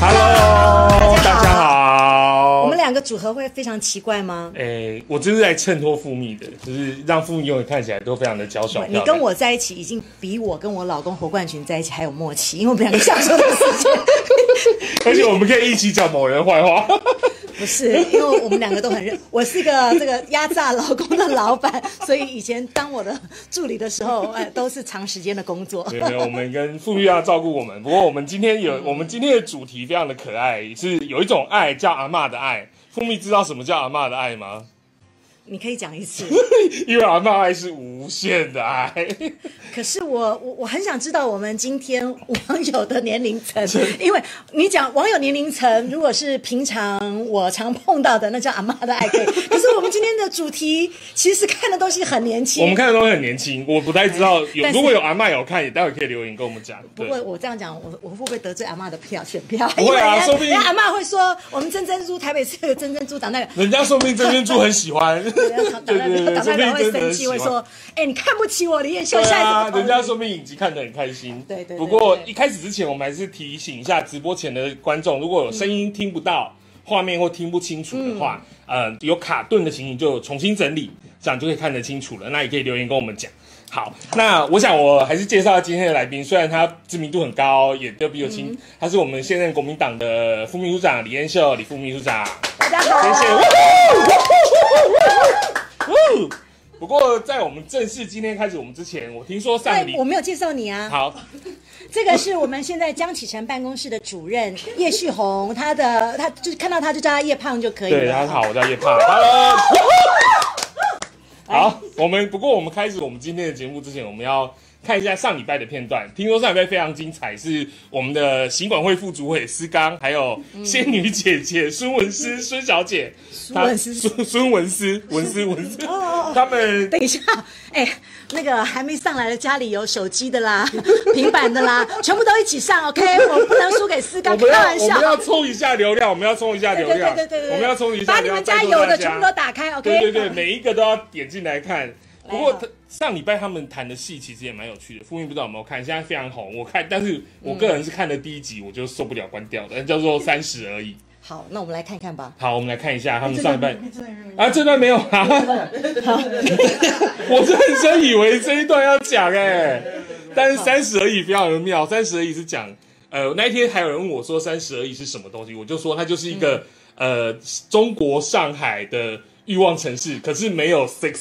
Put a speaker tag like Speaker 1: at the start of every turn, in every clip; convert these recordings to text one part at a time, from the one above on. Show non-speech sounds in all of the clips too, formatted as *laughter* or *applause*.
Speaker 1: 哦
Speaker 2: 组合会非常奇怪吗？
Speaker 1: 诶、哎我就是在衬托富密的，就是让富密永远看起来都非常的娇小。
Speaker 2: 你跟我在一起已经比我跟我老公侯冠群在一起还有默契，因为我们两个相处的时
Speaker 1: 漂
Speaker 2: 间
Speaker 1: 亮，而且我们可以一起讲某人坏话。 *laughs*
Speaker 2: 不是，因为我们两个都很认。我是个这个压榨老公的老板，所以以前当我的助理的时候，哎，都是长时间的工作。
Speaker 1: 没有没有，我们跟富裕要照顾我们。不过我们今天有，我们今天的主题非常的可爱，是有一种爱叫阿嬷的爱。富密知道什么叫阿嬷的爱吗？ *laughs*
Speaker 2: 你可以讲一次，
Speaker 1: 因为阿嬷爱是无限的爱，
Speaker 2: *laughs* 可是我我我很想知道我们今天网友的年龄层，因为你讲网友年龄层，如果是平常我常碰到的，那叫阿妈的爱可以。可是我们今天的主题其实看的东西很年
Speaker 1: 我们
Speaker 2: 轻。
Speaker 1: 看的东西很年轻，我不太知道有
Speaker 2: 但。是
Speaker 1: 如果有阿嬷有看，也待会可以留言跟我们讲。
Speaker 2: 不
Speaker 1: 对
Speaker 2: 过我这样讲，我我会不会得罪阿妈的票选票？
Speaker 1: 不会啊
Speaker 2: 因为人家
Speaker 1: 说不定
Speaker 2: 人家阿妈会说我们珍珍珠台北市的珍珍珠党代表。
Speaker 1: 人家说不定真珍珠很喜
Speaker 2: *laughs*
Speaker 1: 欢，对
Speaker 2: 然后
Speaker 1: 对
Speaker 2: 党代
Speaker 1: 对，
Speaker 2: 表，
Speaker 1: 对
Speaker 2: 党
Speaker 1: 说
Speaker 2: 代
Speaker 1: 不定
Speaker 2: 表会
Speaker 1: 真的
Speaker 2: 生
Speaker 1: 很
Speaker 2: 气，
Speaker 1: 喜
Speaker 2: 会
Speaker 1: 欢。
Speaker 2: 说：“哎，你看不起我，李彦秀，
Speaker 1: 对
Speaker 2: 下一
Speaker 1: 啊，
Speaker 2: 次不
Speaker 1: 人
Speaker 2: 同
Speaker 1: 家
Speaker 2: 意
Speaker 1: 说不定影集看得很开心。
Speaker 2: 对对对
Speaker 1: 不过
Speaker 2: 对对
Speaker 1: 一开始之前，我们还是提醒一下直播前的观众，如果有声音听不到、画面或听不清楚的话，
Speaker 2: 嗯
Speaker 1: 呃，有卡顿的情形就重新整理，这样就可以看得清楚了。那也可以留言跟我们讲。好，那我想我还是介绍今天的来宾，虽然他知名度很高，也都比我轻，
Speaker 2: 嗯
Speaker 1: 他是我们现任国民党的副秘书长李彦秀，李副秘书长。
Speaker 2: 大家好，
Speaker 1: 谢谢。
Speaker 2: 我
Speaker 1: 呜呼呜呼呜呼不过，在我们正式今天开始我们之前，我听说上个礼
Speaker 2: 我没有介绍你啊。
Speaker 1: 好，
Speaker 2: 这个是我们现在江启臣办公室的主任叶旭红，他的他就是看到他就叫他叶胖就可以了。
Speaker 1: 对，大家好，我叫叶
Speaker 2: *laughs*
Speaker 1: 胖，Hello。好，我们不过我们开始我们今天的节目之前，我们要看一下上礼拜的片段。听说上礼拜非常精彩，是我们的行管会副主委施刚，还有
Speaker 2: 嗯
Speaker 1: 仙女姐姐孙文思、孙小姐、苏
Speaker 2: 文思哦
Speaker 1: 孙孙文思、文思文思，他们
Speaker 2: 等一下，哎，那个还没上来的家里有手机
Speaker 1: *laughs*
Speaker 2: 的啦，平板的啦，全部都一起上，OK？我不能输给思
Speaker 1: 我
Speaker 2: 刚，开
Speaker 1: 们要
Speaker 2: 玩
Speaker 1: 我
Speaker 2: 笑
Speaker 1: 们。要冲一下流量，我们要冲一下
Speaker 2: 对
Speaker 1: 流
Speaker 2: 对
Speaker 1: 量，
Speaker 2: 对对对对，
Speaker 1: 我们要冲一下
Speaker 2: 把你
Speaker 1: 流量，
Speaker 2: 们家
Speaker 1: 拜托
Speaker 2: 有
Speaker 1: 大
Speaker 2: 的全部都打开，OK？
Speaker 1: 对对对，每一个都要点进来看。不过
Speaker 2: 来
Speaker 1: 他上礼拜他们谈的戏其实也蛮有趣的，傅明不知道有没有看，现在非常红。我看，但
Speaker 2: 嗯
Speaker 1: 是我个人是看了第一集我就受不了，关掉了，叫做《三十而已》。
Speaker 2: 好，那我们来看
Speaker 1: *laughs*
Speaker 2: 看吧。
Speaker 1: 好，我们来看一下他们上一
Speaker 2: *laughs*
Speaker 1: 半啊，这段没有啊， *laughs* 我是认真以为这一段要讲哎、但是三十而已非常的妙，三十而已是讲呃那一天还有人问我说三十而已是什么东西，我就说它就是一个、呃中国上海的欲望城市，可是没有 sex，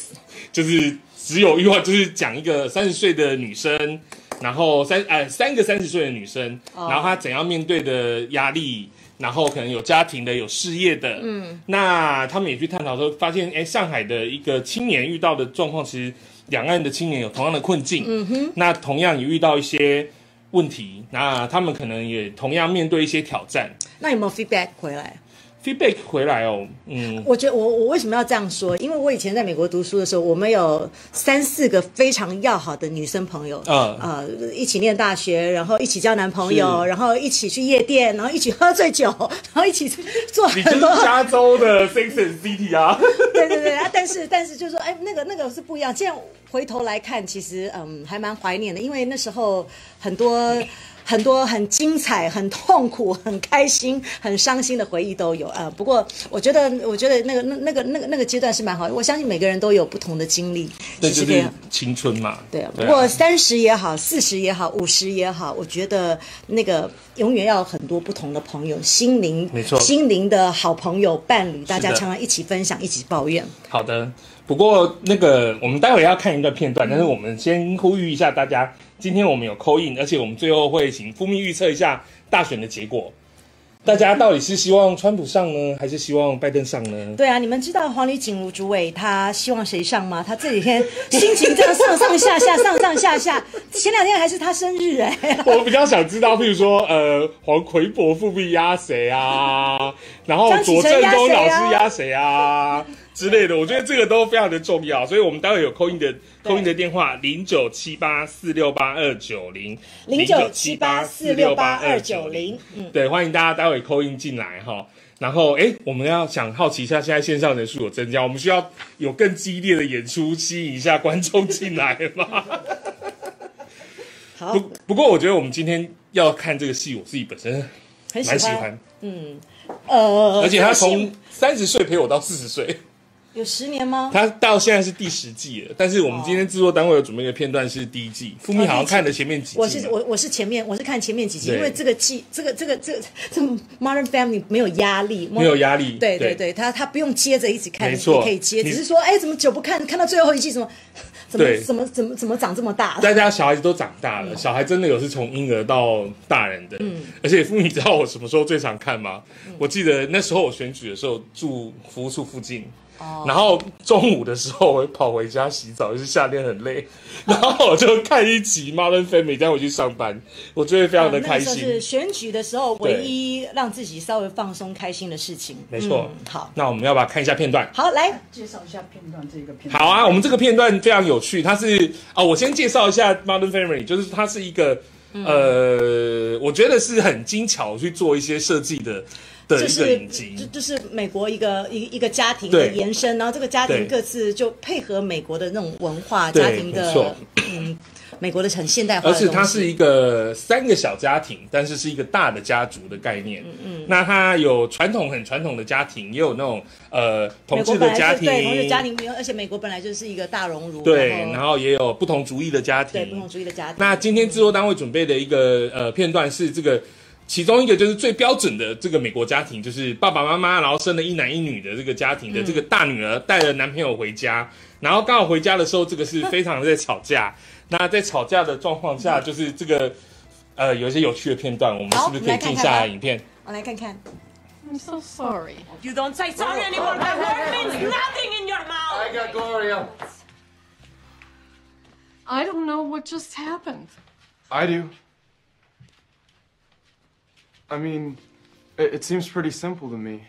Speaker 1: 就是只有欲望，就是讲一个三十岁的女生。然后三呃三个三十岁的女生，
Speaker 2: 哦
Speaker 1: 然后她怎样面对的压力，然后可能有家庭的，有事业的，嗯，那他们也去探讨说，发现哎，上海的一个青年遇到的状况，其实两岸的青年有同样的困境，嗯哼，那同样也遇到一些问题，那他们可能也同样面对一些挑战。
Speaker 2: 那有没有 feedback 回来？
Speaker 1: feedback 回来哦，
Speaker 2: *laughs*
Speaker 1: 嗯，
Speaker 2: 我觉得我我为什么要这样说？因为我以前在美国读书的时候，我们有三四个非常要好的女生朋友，
Speaker 1: 嗯
Speaker 2: 呃，一起念大学，然后一起交男朋友，
Speaker 1: 是
Speaker 2: 然后一起去夜店，然后一起喝醉酒，然后一起做
Speaker 1: 你就是
Speaker 2: 很多。
Speaker 1: 加州的 Sex and City 啊，
Speaker 2: *laughs* 对对对啊！但是但是就是说，哎，那个那个是不一样。现在回头来看，其实嗯，还蛮怀念的，因为那时候很多。 *laughs* 很多很精彩、很痛苦、很开心、很伤心的回忆都有啊、呃不过我觉得，我觉得那个、那、那个、那个、那个阶段是蛮好的。我相信每个人都有不同的经历，
Speaker 1: 这
Speaker 2: 只
Speaker 1: 就
Speaker 2: 这
Speaker 1: 是
Speaker 2: 样。
Speaker 1: 青春嘛，
Speaker 2: 对啊，不过三十也好，四十也好，五十也好，我觉得那个永远要有很多不同的朋友，心灵
Speaker 1: 没错
Speaker 2: 心灵的好朋友、伴侣，大家
Speaker 1: 是的
Speaker 2: 常常一起分享、一起抱怨。
Speaker 1: 好的，不过那个我们待会要看一段片段，但是我们先呼吁一下大家，今天我们有扣印，而且我们最后会请复命预测一下大选的结果。大家到底是希望川普上呢，还是希望拜登上呢？
Speaker 2: *laughs* 对啊，你们知道黄礼锦如主委他希望谁上吗？他这几天心情这样上上下下，上上下下。 *laughs* 前两天还是他生日哎、 *laughs*
Speaker 1: 我比较想知道，譬如说，呃，黄奎博复辟压谁啊？然后
Speaker 2: 张启
Speaker 1: 左
Speaker 2: 程
Speaker 1: 正
Speaker 2: 压谁
Speaker 1: 东
Speaker 2: 啊
Speaker 1: 老师压谁啊？之类的，我觉得这个都非常的重要，所以我们待会有扣印的扣印的电话零九七八四六八二九零
Speaker 2: 零九七八四六八二九零，嗯
Speaker 1: 对，欢迎大家待会扣音进来哈。然后，哎，我们要想好奇一下，现在线上人数有增加，我们需要有更激烈的演出吸引一下观众进来
Speaker 2: *laughs*
Speaker 1: 吗？
Speaker 2: 好
Speaker 1: 不，不过我觉得我们今天要看这个戏，我自己本身
Speaker 2: 很喜
Speaker 1: 蛮喜
Speaker 2: 欢。
Speaker 1: 欢。
Speaker 2: 嗯，呃，
Speaker 1: 而且他
Speaker 2: 这个
Speaker 1: 从
Speaker 2: 戏
Speaker 1: 三十岁陪我到四十
Speaker 2: *laughs*
Speaker 1: 岁，
Speaker 2: 有十年吗？
Speaker 1: 他到现在是第十季了。但是我们今天制作单位有准备一个片段是第一
Speaker 2: 哦
Speaker 1: 季，傅密好像看了前面几
Speaker 2: 我
Speaker 1: 季
Speaker 2: 是
Speaker 1: 嘛，
Speaker 2: 我我是前面我是看前面几集，
Speaker 1: 对
Speaker 2: 因为这个季这个这个这个这个 Modern Family 没有压力，
Speaker 1: 没有压力
Speaker 2: 对对
Speaker 1: 对
Speaker 2: 对，他他不用接着一直看，
Speaker 1: 没错
Speaker 2: 你可以接，
Speaker 1: 你
Speaker 2: 只是说哎怎么久不看，看到最后一季怎么 *laughs* 怎么
Speaker 1: 对
Speaker 2: 怎么怎么怎么长这么大？
Speaker 1: 大家小孩子都长大
Speaker 2: 嗯
Speaker 1: 了，小孩真的有是从婴儿到大人的。而且傅密，你知道我什么时候最常看吗？
Speaker 2: 嗯
Speaker 1: 我记得那时候我选举的时候住服务处附近。
Speaker 2: 哦
Speaker 1: 然后中午的时候，我会跑回家洗澡，就是夏天很累， *laughs* 然后我就看一集《Modern Family》，这样我去上班，我就会非常的
Speaker 2: 啊哦那
Speaker 1: 开
Speaker 2: 个时候
Speaker 1: 心。
Speaker 2: 是选举的时候
Speaker 1: 对
Speaker 2: 唯一让自己稍微放松开心的事情。
Speaker 1: 没错、
Speaker 2: 嗯好，
Speaker 1: 那我们要不要看一下片段？
Speaker 2: 好来，
Speaker 3: 介绍一下片段这个片段。
Speaker 1: 好啊，我们这个片段非常有趣，它是啊、我先介绍一下《Modern Family》，就是它是一个、
Speaker 2: 嗯
Speaker 1: 呃，我觉得是很精巧去做一些设计的的
Speaker 2: 就
Speaker 1: 一个
Speaker 2: 是
Speaker 1: 影集
Speaker 2: 就，就是美国一个一一个家庭的
Speaker 1: 对
Speaker 2: 延伸，然后这个家庭
Speaker 1: 对
Speaker 2: 各自就配合美国的那种文化，
Speaker 1: 对
Speaker 2: 家庭
Speaker 1: 没错
Speaker 2: 的嗯，美国的很现代化
Speaker 1: 而
Speaker 2: 的东西，
Speaker 1: 且它是一个三个小家庭，但是是一个大的家族的概念。嗯，那它有传统很传统的家庭，也有那种呃同
Speaker 2: 美国
Speaker 1: 志
Speaker 2: 本
Speaker 1: 的
Speaker 2: 来
Speaker 1: 家
Speaker 2: 就
Speaker 1: 庭，
Speaker 2: 对同志家庭没有，而且美国本来就是一个大熔炉，
Speaker 1: 对然
Speaker 2: 然后
Speaker 1: 后也有不同族裔的家庭，
Speaker 2: 对不同主义的家庭，
Speaker 1: 那今天制作单位准备的一个呃片段是这个，其中一个就是最标准的这个美国家庭，就是爸爸妈妈然后生了一男一女的这个家
Speaker 2: 嗯
Speaker 1: 庭的这个大女儿带了男朋友回家，然后刚好回家的时候，这个是非常的在吵
Speaker 2: *laughs*
Speaker 1: 架。那在吵架的状况下，就是这个呃有一些有趣的片段，我们
Speaker 2: 嗯好
Speaker 1: 是不是可以进下影片？
Speaker 2: 我来看看，
Speaker 4: I'm so sorry.
Speaker 5: You don't say sorry anymore. That word means nothing in your mouth.
Speaker 6: I got Gloria.
Speaker 4: I don't know what just happened.
Speaker 6: I do. I mean, it, it seems pretty simple to me.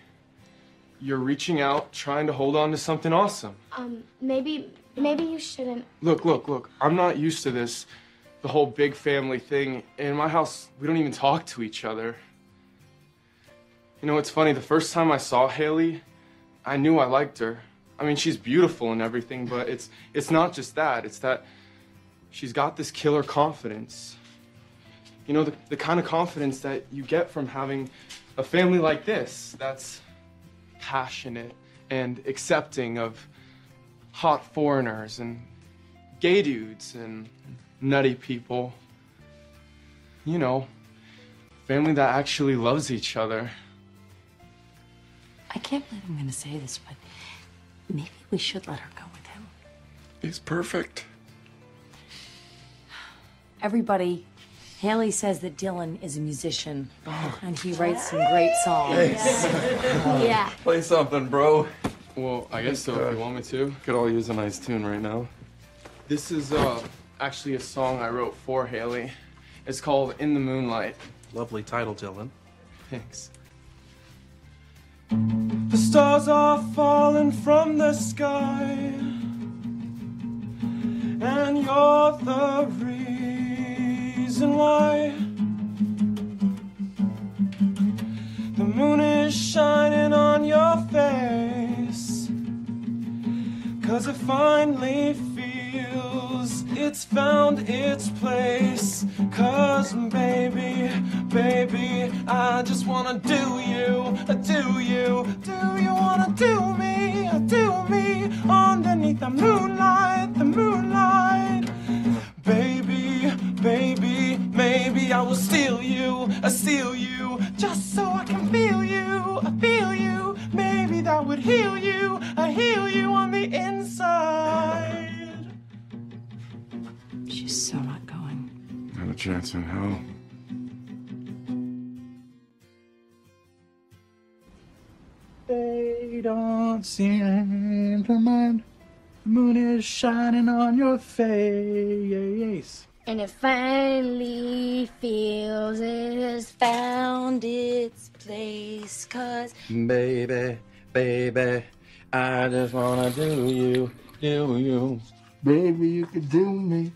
Speaker 6: You're reaching out, trying to hold on to something awesome.
Speaker 7: Um, maybe, maybe you shouldn't.
Speaker 6: Look, look, look, I'm not used to this, the whole big family thing. In my house, we don't even talk to each other. You know, it's funny, the first time I saw Haley, I knew I liked her. I mean, she's beautiful and everything, but it's it's not just that. It's that she's got this killer confidence. You know, the, the kind of confidence that you get from having a family like this that's passionate and accepting of hot foreigners and gay dudes and nutty people. You know, family that actually loves each other.
Speaker 8: I can't believe I'm going to say this, but maybe we should let her go with him.
Speaker 6: He's perfect.
Speaker 8: Everybody, Haley says that Dylan is a musician and he writes some great songs.
Speaker 7: Yeah.
Speaker 9: Play something, bro. Uh,
Speaker 6: Well, I guess so if you want me to.
Speaker 9: Could all use a nice tune right now.
Speaker 6: This is uh, actually a song I wrote for Haley. It's called In the Moonlight.
Speaker 9: Lovely title, Dylan.
Speaker 6: Thanks. The stars are falling from the sky, and you're the reason why. The moon is shining on your face, cause it finally feels it's found its place. Cause baby, baby, I just wanna do you, uh, do you, do you wanna do me, uh, do me underneath the moonlight, the moonlight. Baby, baby, maybe I will steal you, I steal you, just so I can feel you, I feel you. Maybe that would heal you, I heal you on the inside.
Speaker 8: She's so not going.
Speaker 9: Not a chance in hell.
Speaker 7: ，and it finally feels it has found its place, cause
Speaker 9: Baby, baby, I just wanna do you, do you. Baby, you could do me,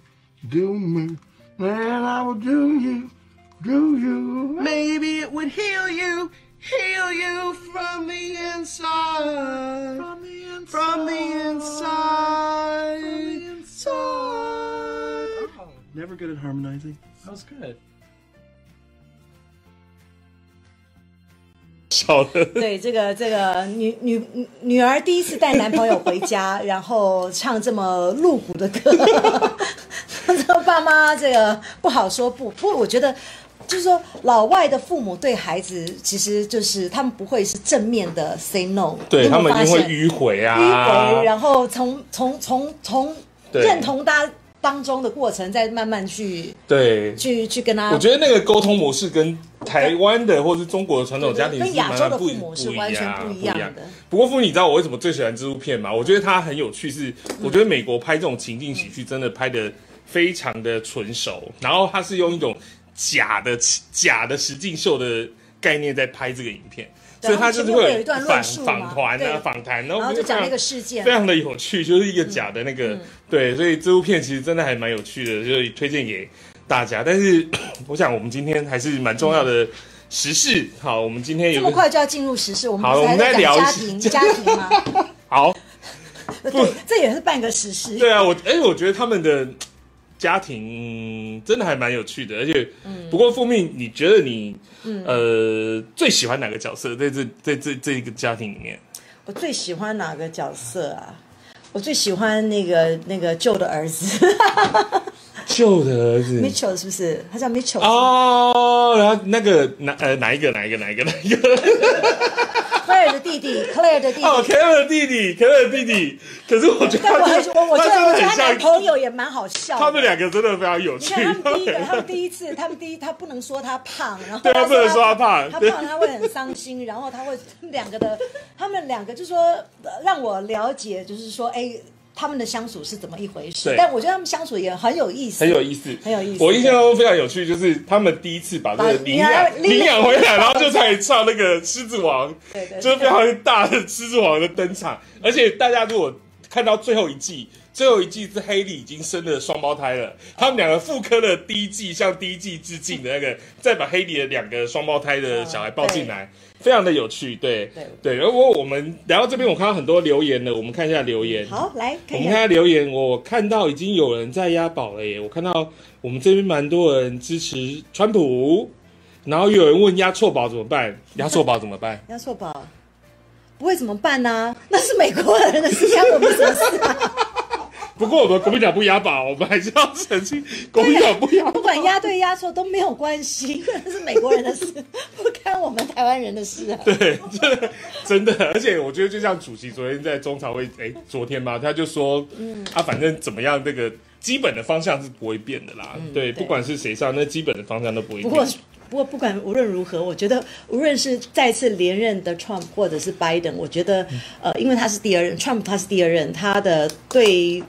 Speaker 9: do me. Man, I will do you, do you. Maybe it would heal you, heal you from the inside. From the inside. From the inside. Never good at harmonizing. That was good.
Speaker 1: 小到了。
Speaker 2: 对，这个这个女女女女儿第一次带男朋友回家，
Speaker 1: *laughs*
Speaker 2: 然后唱这么露骨的歌， *laughs* 这个爸妈这个不好说不。不过我觉得，就是说老外的父母对孩子，其实就是他们不会是正面的 say no，
Speaker 1: 对
Speaker 2: 你有没
Speaker 1: 他
Speaker 2: 有
Speaker 1: 们一
Speaker 2: 发
Speaker 1: 定会
Speaker 2: 现
Speaker 1: 迂回啊，
Speaker 2: 迂回，然后从从从从
Speaker 1: 对
Speaker 2: 认同他当中的过程，再慢慢去
Speaker 1: 对，
Speaker 2: 去去跟他。
Speaker 1: 我觉得那个沟通模式跟台湾的或是中国的传统家庭
Speaker 2: 跟
Speaker 1: 是
Speaker 2: 亚洲
Speaker 1: 蛮不
Speaker 2: 的父
Speaker 1: 一
Speaker 2: 母
Speaker 1: 不
Speaker 2: 是
Speaker 1: 一
Speaker 2: 完全
Speaker 1: 样啊
Speaker 2: 不
Speaker 1: 不
Speaker 2: 一
Speaker 1: 一
Speaker 2: 样
Speaker 1: 样
Speaker 2: 的。
Speaker 1: 不过，父女，你知道我为什么最喜欢这部片吗？我觉得它很有趣是，我觉得美国拍这种情境喜剧真的拍的非常的纯熟，然后它是用一种假的 *laughs* 假的实境秀的概念在拍这个影片，
Speaker 2: 对
Speaker 1: 所以它
Speaker 2: 他
Speaker 1: 就
Speaker 2: 们前
Speaker 1: 是
Speaker 2: 面会
Speaker 1: 会
Speaker 2: 有一段
Speaker 1: 访
Speaker 2: 论述嘛
Speaker 1: 访团
Speaker 2: 对
Speaker 1: 啊、访谈，然
Speaker 2: 然后
Speaker 1: 后
Speaker 2: 就讲
Speaker 1: 非
Speaker 2: 那
Speaker 1: 常
Speaker 2: 个事件
Speaker 1: 非，常的有趣，就是一个假的那
Speaker 2: 嗯
Speaker 1: 个、对，所以这部片其实真的还蛮有趣的，就是推荐给大家。但是 *clears throat* 我想我们今天还是蛮重要的时事，好，我们今天
Speaker 2: 这
Speaker 1: 有
Speaker 2: 么
Speaker 1: 个
Speaker 2: 快就要进入时事，我们
Speaker 1: 好
Speaker 2: 不是还
Speaker 1: 我们再
Speaker 2: 在
Speaker 1: 聊一
Speaker 2: 讲家
Speaker 1: 下
Speaker 2: 庭家庭吗？
Speaker 1: *laughs* 好，
Speaker 2: *laughs* 对，这也是半个时事。
Speaker 1: 对啊，我哎、我觉得他们的家庭、嗯真的还蛮有趣的，而且、
Speaker 2: 嗯
Speaker 1: 不过复命，你觉得你、呃最喜欢哪个角色在这在这这一个家庭里面？
Speaker 2: 我最喜欢哪个角色啊？我最喜欢那个那个旧的儿子 *laughs*
Speaker 1: 旧的儿子
Speaker 2: Mitchell，是不是？他叫 Mitchell，、
Speaker 1: 哦，然后那个哪呃哪一个哪一个哪一个哪一个？
Speaker 2: Claire 的弟弟，Claire 的弟弟。
Speaker 1: 哦，Kevin 的弟弟，Kevin 的弟弟，可是我觉得
Speaker 2: 但我
Speaker 1: 他
Speaker 2: 很
Speaker 1: 真
Speaker 2: 喜
Speaker 1: 的
Speaker 2: 我我觉
Speaker 1: 他真
Speaker 2: 得我
Speaker 1: 的
Speaker 2: 觉
Speaker 1: 很
Speaker 2: 得他
Speaker 1: 像
Speaker 2: 男朋友也蛮好笑的。
Speaker 1: 他们两个真的非常有
Speaker 2: 你
Speaker 1: 趣。
Speaker 2: 看他
Speaker 1: *laughs*
Speaker 2: 们第一个，
Speaker 1: 两
Speaker 2: 他们第一次，他们第一，他不能说他胖，然
Speaker 1: *laughs*
Speaker 2: 后
Speaker 1: 对啊他不能说他胖
Speaker 2: 他
Speaker 1: 对
Speaker 2: 胖他会很伤心，然后他会他们两个的，他们两个就说呃让我了解，就是说，哎，他们的相处是怎么一回事
Speaker 1: 对？
Speaker 2: 但我觉得他们相处也很有意思，
Speaker 1: 很有意思，
Speaker 2: 很有意思
Speaker 1: 我印象中非常有趣，就是他们第一次把这个
Speaker 2: 把
Speaker 1: 领养领
Speaker 2: 领养
Speaker 1: 养回来，然后就开始唱那个《狮子王》，
Speaker 2: 对对对
Speaker 1: 就是非常大的《狮子王》的登场。而且大家如果看到最后一季，最后一季是黑莉已经生了双胞胎了，他们两个复刻了第一季向第一季致敬的那个，再把黑莉的两个双胞胎的小孩抱进来，非常的有趣。对
Speaker 2: 对
Speaker 1: 对，然后我们聊到这边，我看到很多留言了，我们看一下留言。
Speaker 2: 好，来
Speaker 1: 我
Speaker 2: 看一
Speaker 1: 们看下
Speaker 2: 下
Speaker 1: 留言，我看到已经有人在押宝了耶！我看到我们这边蛮多人支持川普，然后又有人问押错宝怎么办？押错宝怎么办？
Speaker 2: 杨硕宝，不会怎么办呢、那是美国人的事，干我们什么事啊？
Speaker 1: 不过我们国民党不押宝，我们还是要澄清，国民党不押
Speaker 2: 不管押对押错都没有关系， *laughs* 那是美国人的事，不干我们台湾人的事啊。
Speaker 1: 对， *laughs* 真的真的，而且我觉得就像主席昨天在中常会，哎、昨天吧，他就说，嗯，啊，反正怎么样，这个基本的方向是不会变的啦。嗯对，不管是谁上，那基本的方向都不会
Speaker 2: 不
Speaker 1: 变。
Speaker 2: 过，不过不管无论如何，我觉得无论是再次连任的 Trump 或者是 Biden，我觉
Speaker 1: 嗯
Speaker 2: 得呃，因为他是第二任，Trump 他是第二任，他的对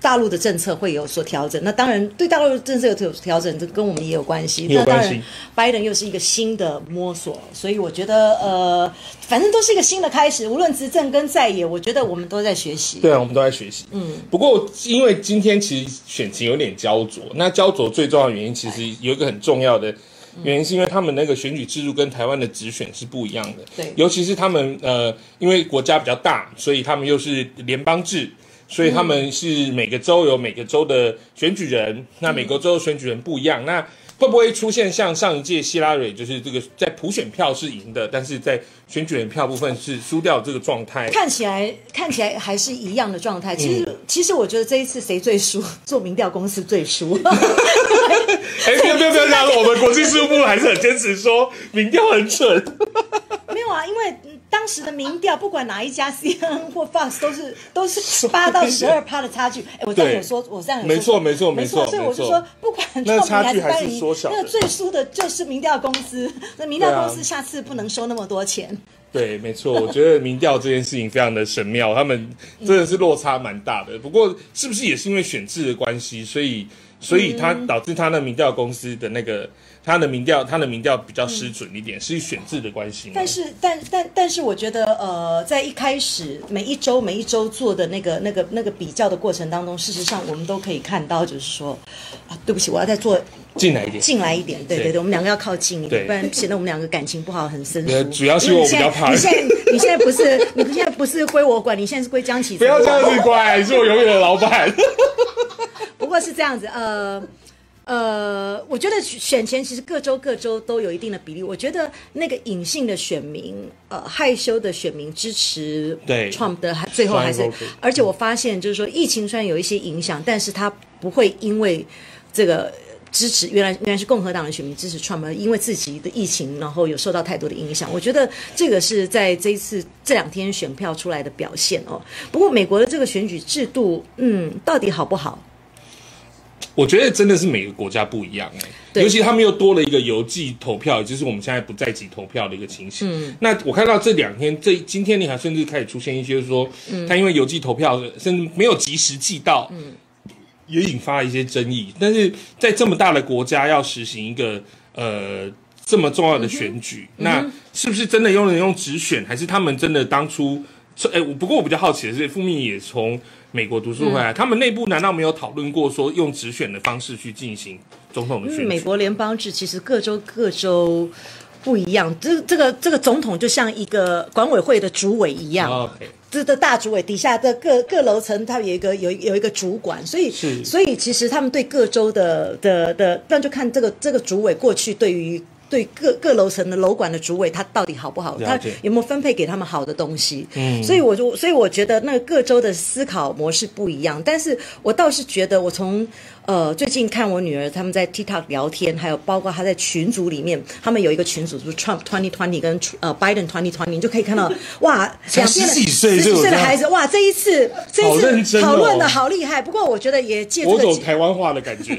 Speaker 2: 大陆的政策会有所调整。那当然，对大陆的政策有所调整，这跟我们也有关系。
Speaker 1: 也有
Speaker 2: 那当
Speaker 1: 关
Speaker 2: 然
Speaker 1: 系
Speaker 2: ，Biden 又是一个新的摸索，所以我觉得呃，反正都是一个新的开始。无论执政跟在野，我觉得我们都在学习。
Speaker 1: 对啊，我们都在学习。嗯，不过因为今天其实选情有点焦灼，那焦灼最重要的原因其实有一个很重要的
Speaker 2: 嗯
Speaker 1: 原因，是因为他们那个选举制度跟台湾的直选是不一样的。
Speaker 2: 嗯对
Speaker 1: 尤其是他们呃，因为国家比较大，所以他们又是联邦制。所以他们是每个州有每个州的选举人，
Speaker 2: 嗯
Speaker 1: 那每个州的选举人不一样，那会不会出现像上一届希拉蕊，就是这个在普选票是赢的，但是在选举人票部分是输掉这个状态？
Speaker 2: 看起来看起来还是一样的状
Speaker 1: 嗯
Speaker 2: 态。其实、其实我觉得这一次谁最输， *laughs* 做民调公司最输。 *laughs*
Speaker 1: 哎，不要不要不要这样！我们国际事务部还是很坚持说民调很准。
Speaker 2: 没有啊，因为嗯当时的民调，不管哪一家 CNN 或 Fox 都是都是八到十二趴的差距。哎，我这样
Speaker 1: 对
Speaker 2: 有说，我这样有
Speaker 1: 没
Speaker 2: 说
Speaker 1: 错没错
Speaker 2: 没
Speaker 1: 没错
Speaker 2: 所以我就
Speaker 1: 没错
Speaker 2: 说，不管
Speaker 1: 那
Speaker 2: 创
Speaker 1: 差
Speaker 2: 民
Speaker 1: 距还
Speaker 2: 还
Speaker 1: 是
Speaker 2: 是
Speaker 1: 缩小的
Speaker 2: 那个最输的就是民调公司。那民调
Speaker 1: 对啊
Speaker 2: 公司下次不能收那么多钱。
Speaker 1: 对，没错，我觉得民调这件事情非常的神妙，他们真的是落差蛮大的。不过是不是也是因为选制的关系，所以所以他
Speaker 2: 嗯
Speaker 1: 导致他的民调公司的那个他的民调他的民调比较失准一点，是选制的关系吗？
Speaker 2: 嗯但是，但但但是，我觉得，呃，在一开始每一周每一周做的那个那个那个比较的过程当中，事实上我们都可以看到，就是说，啊，对不起，我要再做
Speaker 1: 进来一点，
Speaker 2: 进来一点，对
Speaker 1: 对
Speaker 2: 对对，我们两个要靠近一点，
Speaker 1: 对
Speaker 2: 不然显得我们两个感情不好，很生
Speaker 1: 呃
Speaker 2: 疏。
Speaker 1: 主要是我比较怕
Speaker 2: 你现在你现在你现在不是你现在不是归我管，你现在是归江启。
Speaker 1: 不要这样子乖，是我永远的老板。
Speaker 2: 不过是这样子，呃，呃，我觉得选前其实各州各州都有一定的比例。我觉得那个隐性的选民，呃，害羞的选民支持
Speaker 1: 对
Speaker 2: Trump 的，还最后还是
Speaker 1: Strong voter，
Speaker 2: 而且我发现就是说，疫情虽然有一些影响，但是它不会因为这个支持原来原来是共和党的选民支持 Trump，而因为自己的疫情，然后有受到太多的影响。我觉得这个是在这一次这两天选票出来的表现哦。不过美国的这个选举制度，嗯，到底好不好？
Speaker 1: 我觉得真的是每个国家不一样哎、
Speaker 2: 对
Speaker 1: 尤其他们又多了一个邮寄投票，也就是我们现在不在籍投票的一个情形。那我看到这两天，这今天你还甚至开始出现一些说，他因为邮寄投票甚至没有及时寄到，也引发一些争议。但是在这么大的国家要实行一个呃这么重要的选举，
Speaker 2: 嗯
Speaker 1: 那是不是真的用人用直选，还是他们真的当初？哎，我不过我比较好奇的是，傅密也从美国读书回来，
Speaker 2: 嗯
Speaker 1: 他们内部难道没有讨论过说用直选的方式去进行总统的选
Speaker 2: 因
Speaker 1: 举？
Speaker 2: 为嗯美国联邦制其实各州各州不一样，这这个这个总统就像一个管委会的主委一样。
Speaker 1: 哦 OK，
Speaker 2: 这的大主委底下的各各楼层，它有一个有一有一个主管，所以
Speaker 1: 是
Speaker 2: 所以其实他们对各州的的的，那就看这个这个主委过去对于对各各楼层的楼管的主委，他到底好不好，他
Speaker 1: 了解
Speaker 2: 有没有分配给他们好的东西。
Speaker 1: 嗯
Speaker 2: 所以我就所以我觉得那个各州的思考模式不一样，但是我倒是觉得我从呃最近看我女儿他们在 TikTok 聊天，还有包括她在群组里面，他们有一个群组就是 Trump Twenty Twenty 跟呃 Biden Twenty Twenty，你就可
Speaker 1: *laughs*
Speaker 2: 以看到哇，
Speaker 1: 才
Speaker 2: 两边的
Speaker 1: 十几岁
Speaker 2: 十
Speaker 1: 就
Speaker 2: 几
Speaker 1: 有
Speaker 2: 岁
Speaker 1: 这
Speaker 2: 的
Speaker 1: 样
Speaker 2: 孩子，哇，这一次这
Speaker 1: 好
Speaker 2: 一
Speaker 1: 认
Speaker 2: 次
Speaker 1: 真哦
Speaker 2: 讨论的好厉害。不过我觉得也借这
Speaker 1: 我
Speaker 2: 个
Speaker 1: 走
Speaker 2: 机，
Speaker 1: 台湾话的感
Speaker 2: *laughs*
Speaker 1: 觉。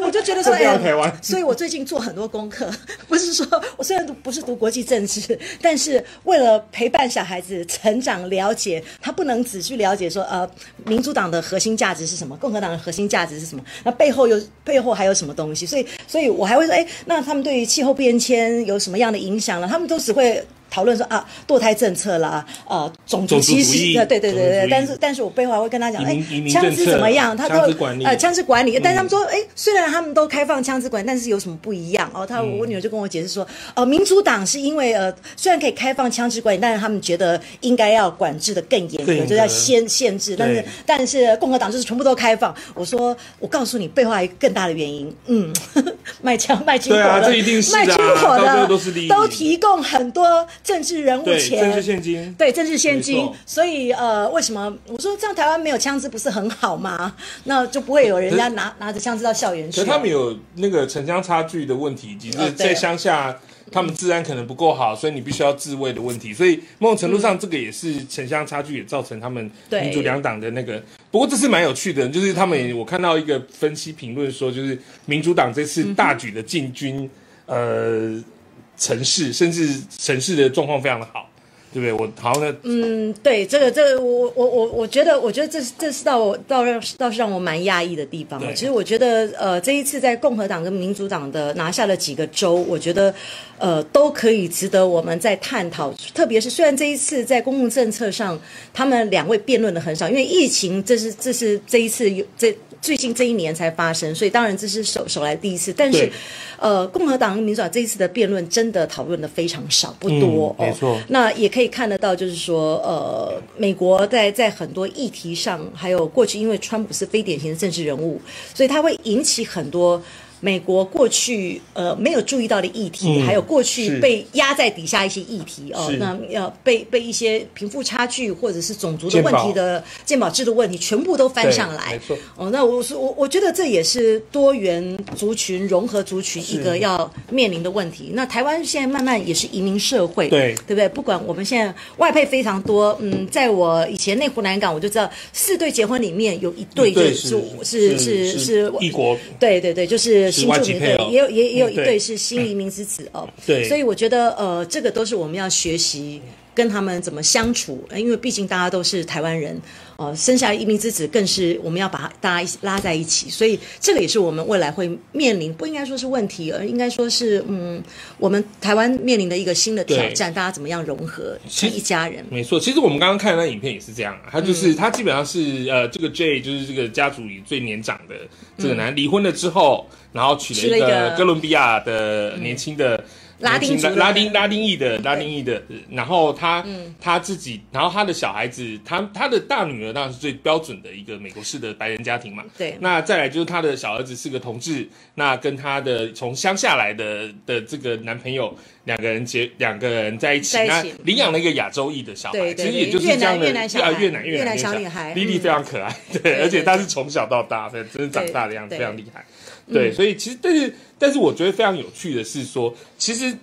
Speaker 2: 我就觉得
Speaker 1: 这
Speaker 2: 说，
Speaker 1: 不
Speaker 2: 哎
Speaker 1: 要
Speaker 2: 呀
Speaker 1: 台湾
Speaker 2: *laughs* 所以我最近做很多功课， *laughs* 不是说我虽然读不是读国际政治，但是为了陪伴小孩子成长，了解他不能只去了解说呃，民主党的核心价值是什么，共和党的核心价值是什么，那背后有背后还有什么东西？所以，所以我还会说，哎，那他们对于气候变迁有什么样的影响了？他们都只会。讨论说啊，堕胎政策啦，呃，种族
Speaker 1: 种族
Speaker 2: 歧
Speaker 1: 主
Speaker 2: 视
Speaker 1: 义，
Speaker 2: 对对对
Speaker 1: 种族主
Speaker 2: 对
Speaker 1: 义，
Speaker 2: 但是但是我背后还会跟他讲，
Speaker 1: 移
Speaker 2: 哎
Speaker 1: 民移，民
Speaker 2: 枪
Speaker 1: 政
Speaker 2: 支
Speaker 1: 策
Speaker 2: 怎么样？他都
Speaker 1: 枪支管理
Speaker 2: 呃，枪支管
Speaker 1: 嗯
Speaker 2: 理，但是他们说，哎，虽然他们都开放枪支管理，但是有什么不一样？哦，他
Speaker 1: 嗯
Speaker 2: 我女儿就跟我解释说，呃，民主党是因为呃，虽然可以开放枪支管理，但是他们觉得应该要管制的更严格，
Speaker 1: 更严
Speaker 2: 就是要
Speaker 1: 格
Speaker 2: 先限制，但是
Speaker 1: 对
Speaker 2: 但是共和党就是全部都开放。我说，我告诉你，背后还有一个更大的原因，嗯， *laughs* 卖枪卖军火
Speaker 1: 对啊
Speaker 2: 的，
Speaker 1: 这一定是的啊
Speaker 2: 卖军
Speaker 1: 到
Speaker 2: 火
Speaker 1: 最
Speaker 2: 的
Speaker 1: 后都是利益
Speaker 2: 提供很多政治人物
Speaker 1: 对，
Speaker 2: 钱，
Speaker 1: 政治现金。
Speaker 2: 对，政治现
Speaker 1: 没
Speaker 2: 金
Speaker 1: 错。
Speaker 2: 所以呃，为什么我说这样台湾没有枪支不是很好吗？那就不会有人家拿拿着枪支到校园
Speaker 1: 可
Speaker 2: 去。
Speaker 1: 是他们有那个城乡差距的问题，以及
Speaker 2: 哦
Speaker 1: 是
Speaker 2: 对
Speaker 1: 在乡下，他们治安可能不够好，所以你必须要自卫的问题。所以某种程度上，这个也是城乡差距也造成他们
Speaker 2: 对
Speaker 1: 民主两党的那个。不过这是蛮有趣的，就是他们也我看到一个分析评论说，就是民主党这次大举的进军，呃，城市，甚至城市的状况非常的好，对不对？我好像在
Speaker 2: 嗯，对，这个这个，我我我我觉得，我觉得这是这是到我到让倒是让我蛮讶异的地方了。啊
Speaker 1: 对
Speaker 2: 其实我觉得，呃，这一次在共和党跟民主党的拿下了几个州，我觉得，呃，都可以值得我们再探讨。特别是虽然这一次在公共政策上，他们两位辩论的很少，因为疫情这是这是这一次有这。最近这一年才发生，所以当然这是首首来第一次，但是
Speaker 1: 对，
Speaker 2: 呃，共和党跟民主党这一次的辩论真的讨论的非常少，不多、
Speaker 1: 嗯没
Speaker 2: 哦
Speaker 1: 错
Speaker 2: 那也可以看得到，就是说，呃，美国在在很多议题上，还有过去，因为川普是非典型的政治人物，所以他会引起很多美国过去呃没有注意到的议题，
Speaker 1: 嗯
Speaker 2: 还有过去
Speaker 1: 是
Speaker 2: 被压在底下一些议题哦
Speaker 1: 是。
Speaker 2: 那呃被被一些贫富差距或者是种族的
Speaker 1: 健
Speaker 2: 问
Speaker 1: 保
Speaker 2: 题的健保制度问题，全部都翻
Speaker 1: 对
Speaker 2: 上来
Speaker 1: 没。错
Speaker 2: 哦，那我是我我觉得这也是多元族群融合族群一个要面临的问题。那台湾现在慢慢也是移民社会，
Speaker 1: 对
Speaker 2: 对不对？不管我们现在外配非常多，嗯，在我以前内湖南港我就知道，四对结婚里面有一对就就是是是是
Speaker 1: 异国
Speaker 2: 对对对，就是新住
Speaker 1: 外籍
Speaker 2: 民
Speaker 1: 配
Speaker 2: 对，
Speaker 1: 偶嗯
Speaker 2: 也有也也有一
Speaker 1: 对
Speaker 2: 对是新移民
Speaker 1: *laughs*
Speaker 2: 之子哦。
Speaker 1: 对
Speaker 2: 所以我觉得呃，这个都是我们要学习跟他们怎么相处，呃因为毕竟大家都是台湾人哦、呃生下移民之子更是我们要把他大家一起拉在一起，所以这个也是我们未来会面临，不应该说是问题，而应该说是嗯，我们台湾面临的一个新的挑
Speaker 1: 对
Speaker 2: 战，大家怎么样融合
Speaker 1: 其
Speaker 2: 成
Speaker 1: 实
Speaker 2: 一家人。
Speaker 1: 没错，其实我们刚刚看的那影片也是这样啊，他就是、
Speaker 2: 嗯
Speaker 1: 他基本上是呃，这个 J 就是这个家族里最年长的这个男，离婚了之后，然后娶
Speaker 2: 嗯娶了
Speaker 1: 了
Speaker 2: 一
Speaker 1: 一
Speaker 2: 个嗯
Speaker 1: 个哥伦比亚的年轻的。
Speaker 2: 拉丁族的嗯
Speaker 1: 拉丁拉丁裔的拉丁裔的，然后他、他自己，然后他的小孩子，他他的大女儿当然是最标准的一个美国式的白人家庭嘛。
Speaker 2: 对
Speaker 1: 那再来就是他的小儿子是个同志，那跟他的从乡下来的的这个男朋友两个人结两个人在一起，
Speaker 2: 在一
Speaker 1: 那
Speaker 2: 起嗯
Speaker 1: 领养了一个亚洲裔的小孩，
Speaker 2: 对
Speaker 1: 其实
Speaker 2: 对
Speaker 1: 也就是
Speaker 2: 越
Speaker 1: 这样
Speaker 2: 南
Speaker 1: 的
Speaker 2: 越南小
Speaker 1: 啊
Speaker 2: 孩
Speaker 1: 越南越
Speaker 2: 越
Speaker 1: 南
Speaker 2: 南小
Speaker 1: 小
Speaker 2: 女孩
Speaker 1: 莉莉
Speaker 2: 嗯
Speaker 1: 非常可
Speaker 2: *laughs*
Speaker 1: 爱，对，
Speaker 2: 对
Speaker 1: 而且她
Speaker 2: 对
Speaker 1: 是从小到大，真真的长大的样子
Speaker 2: 对
Speaker 1: 非常厉害。对，所以其实但是但是我觉得非常有趣的是说，其实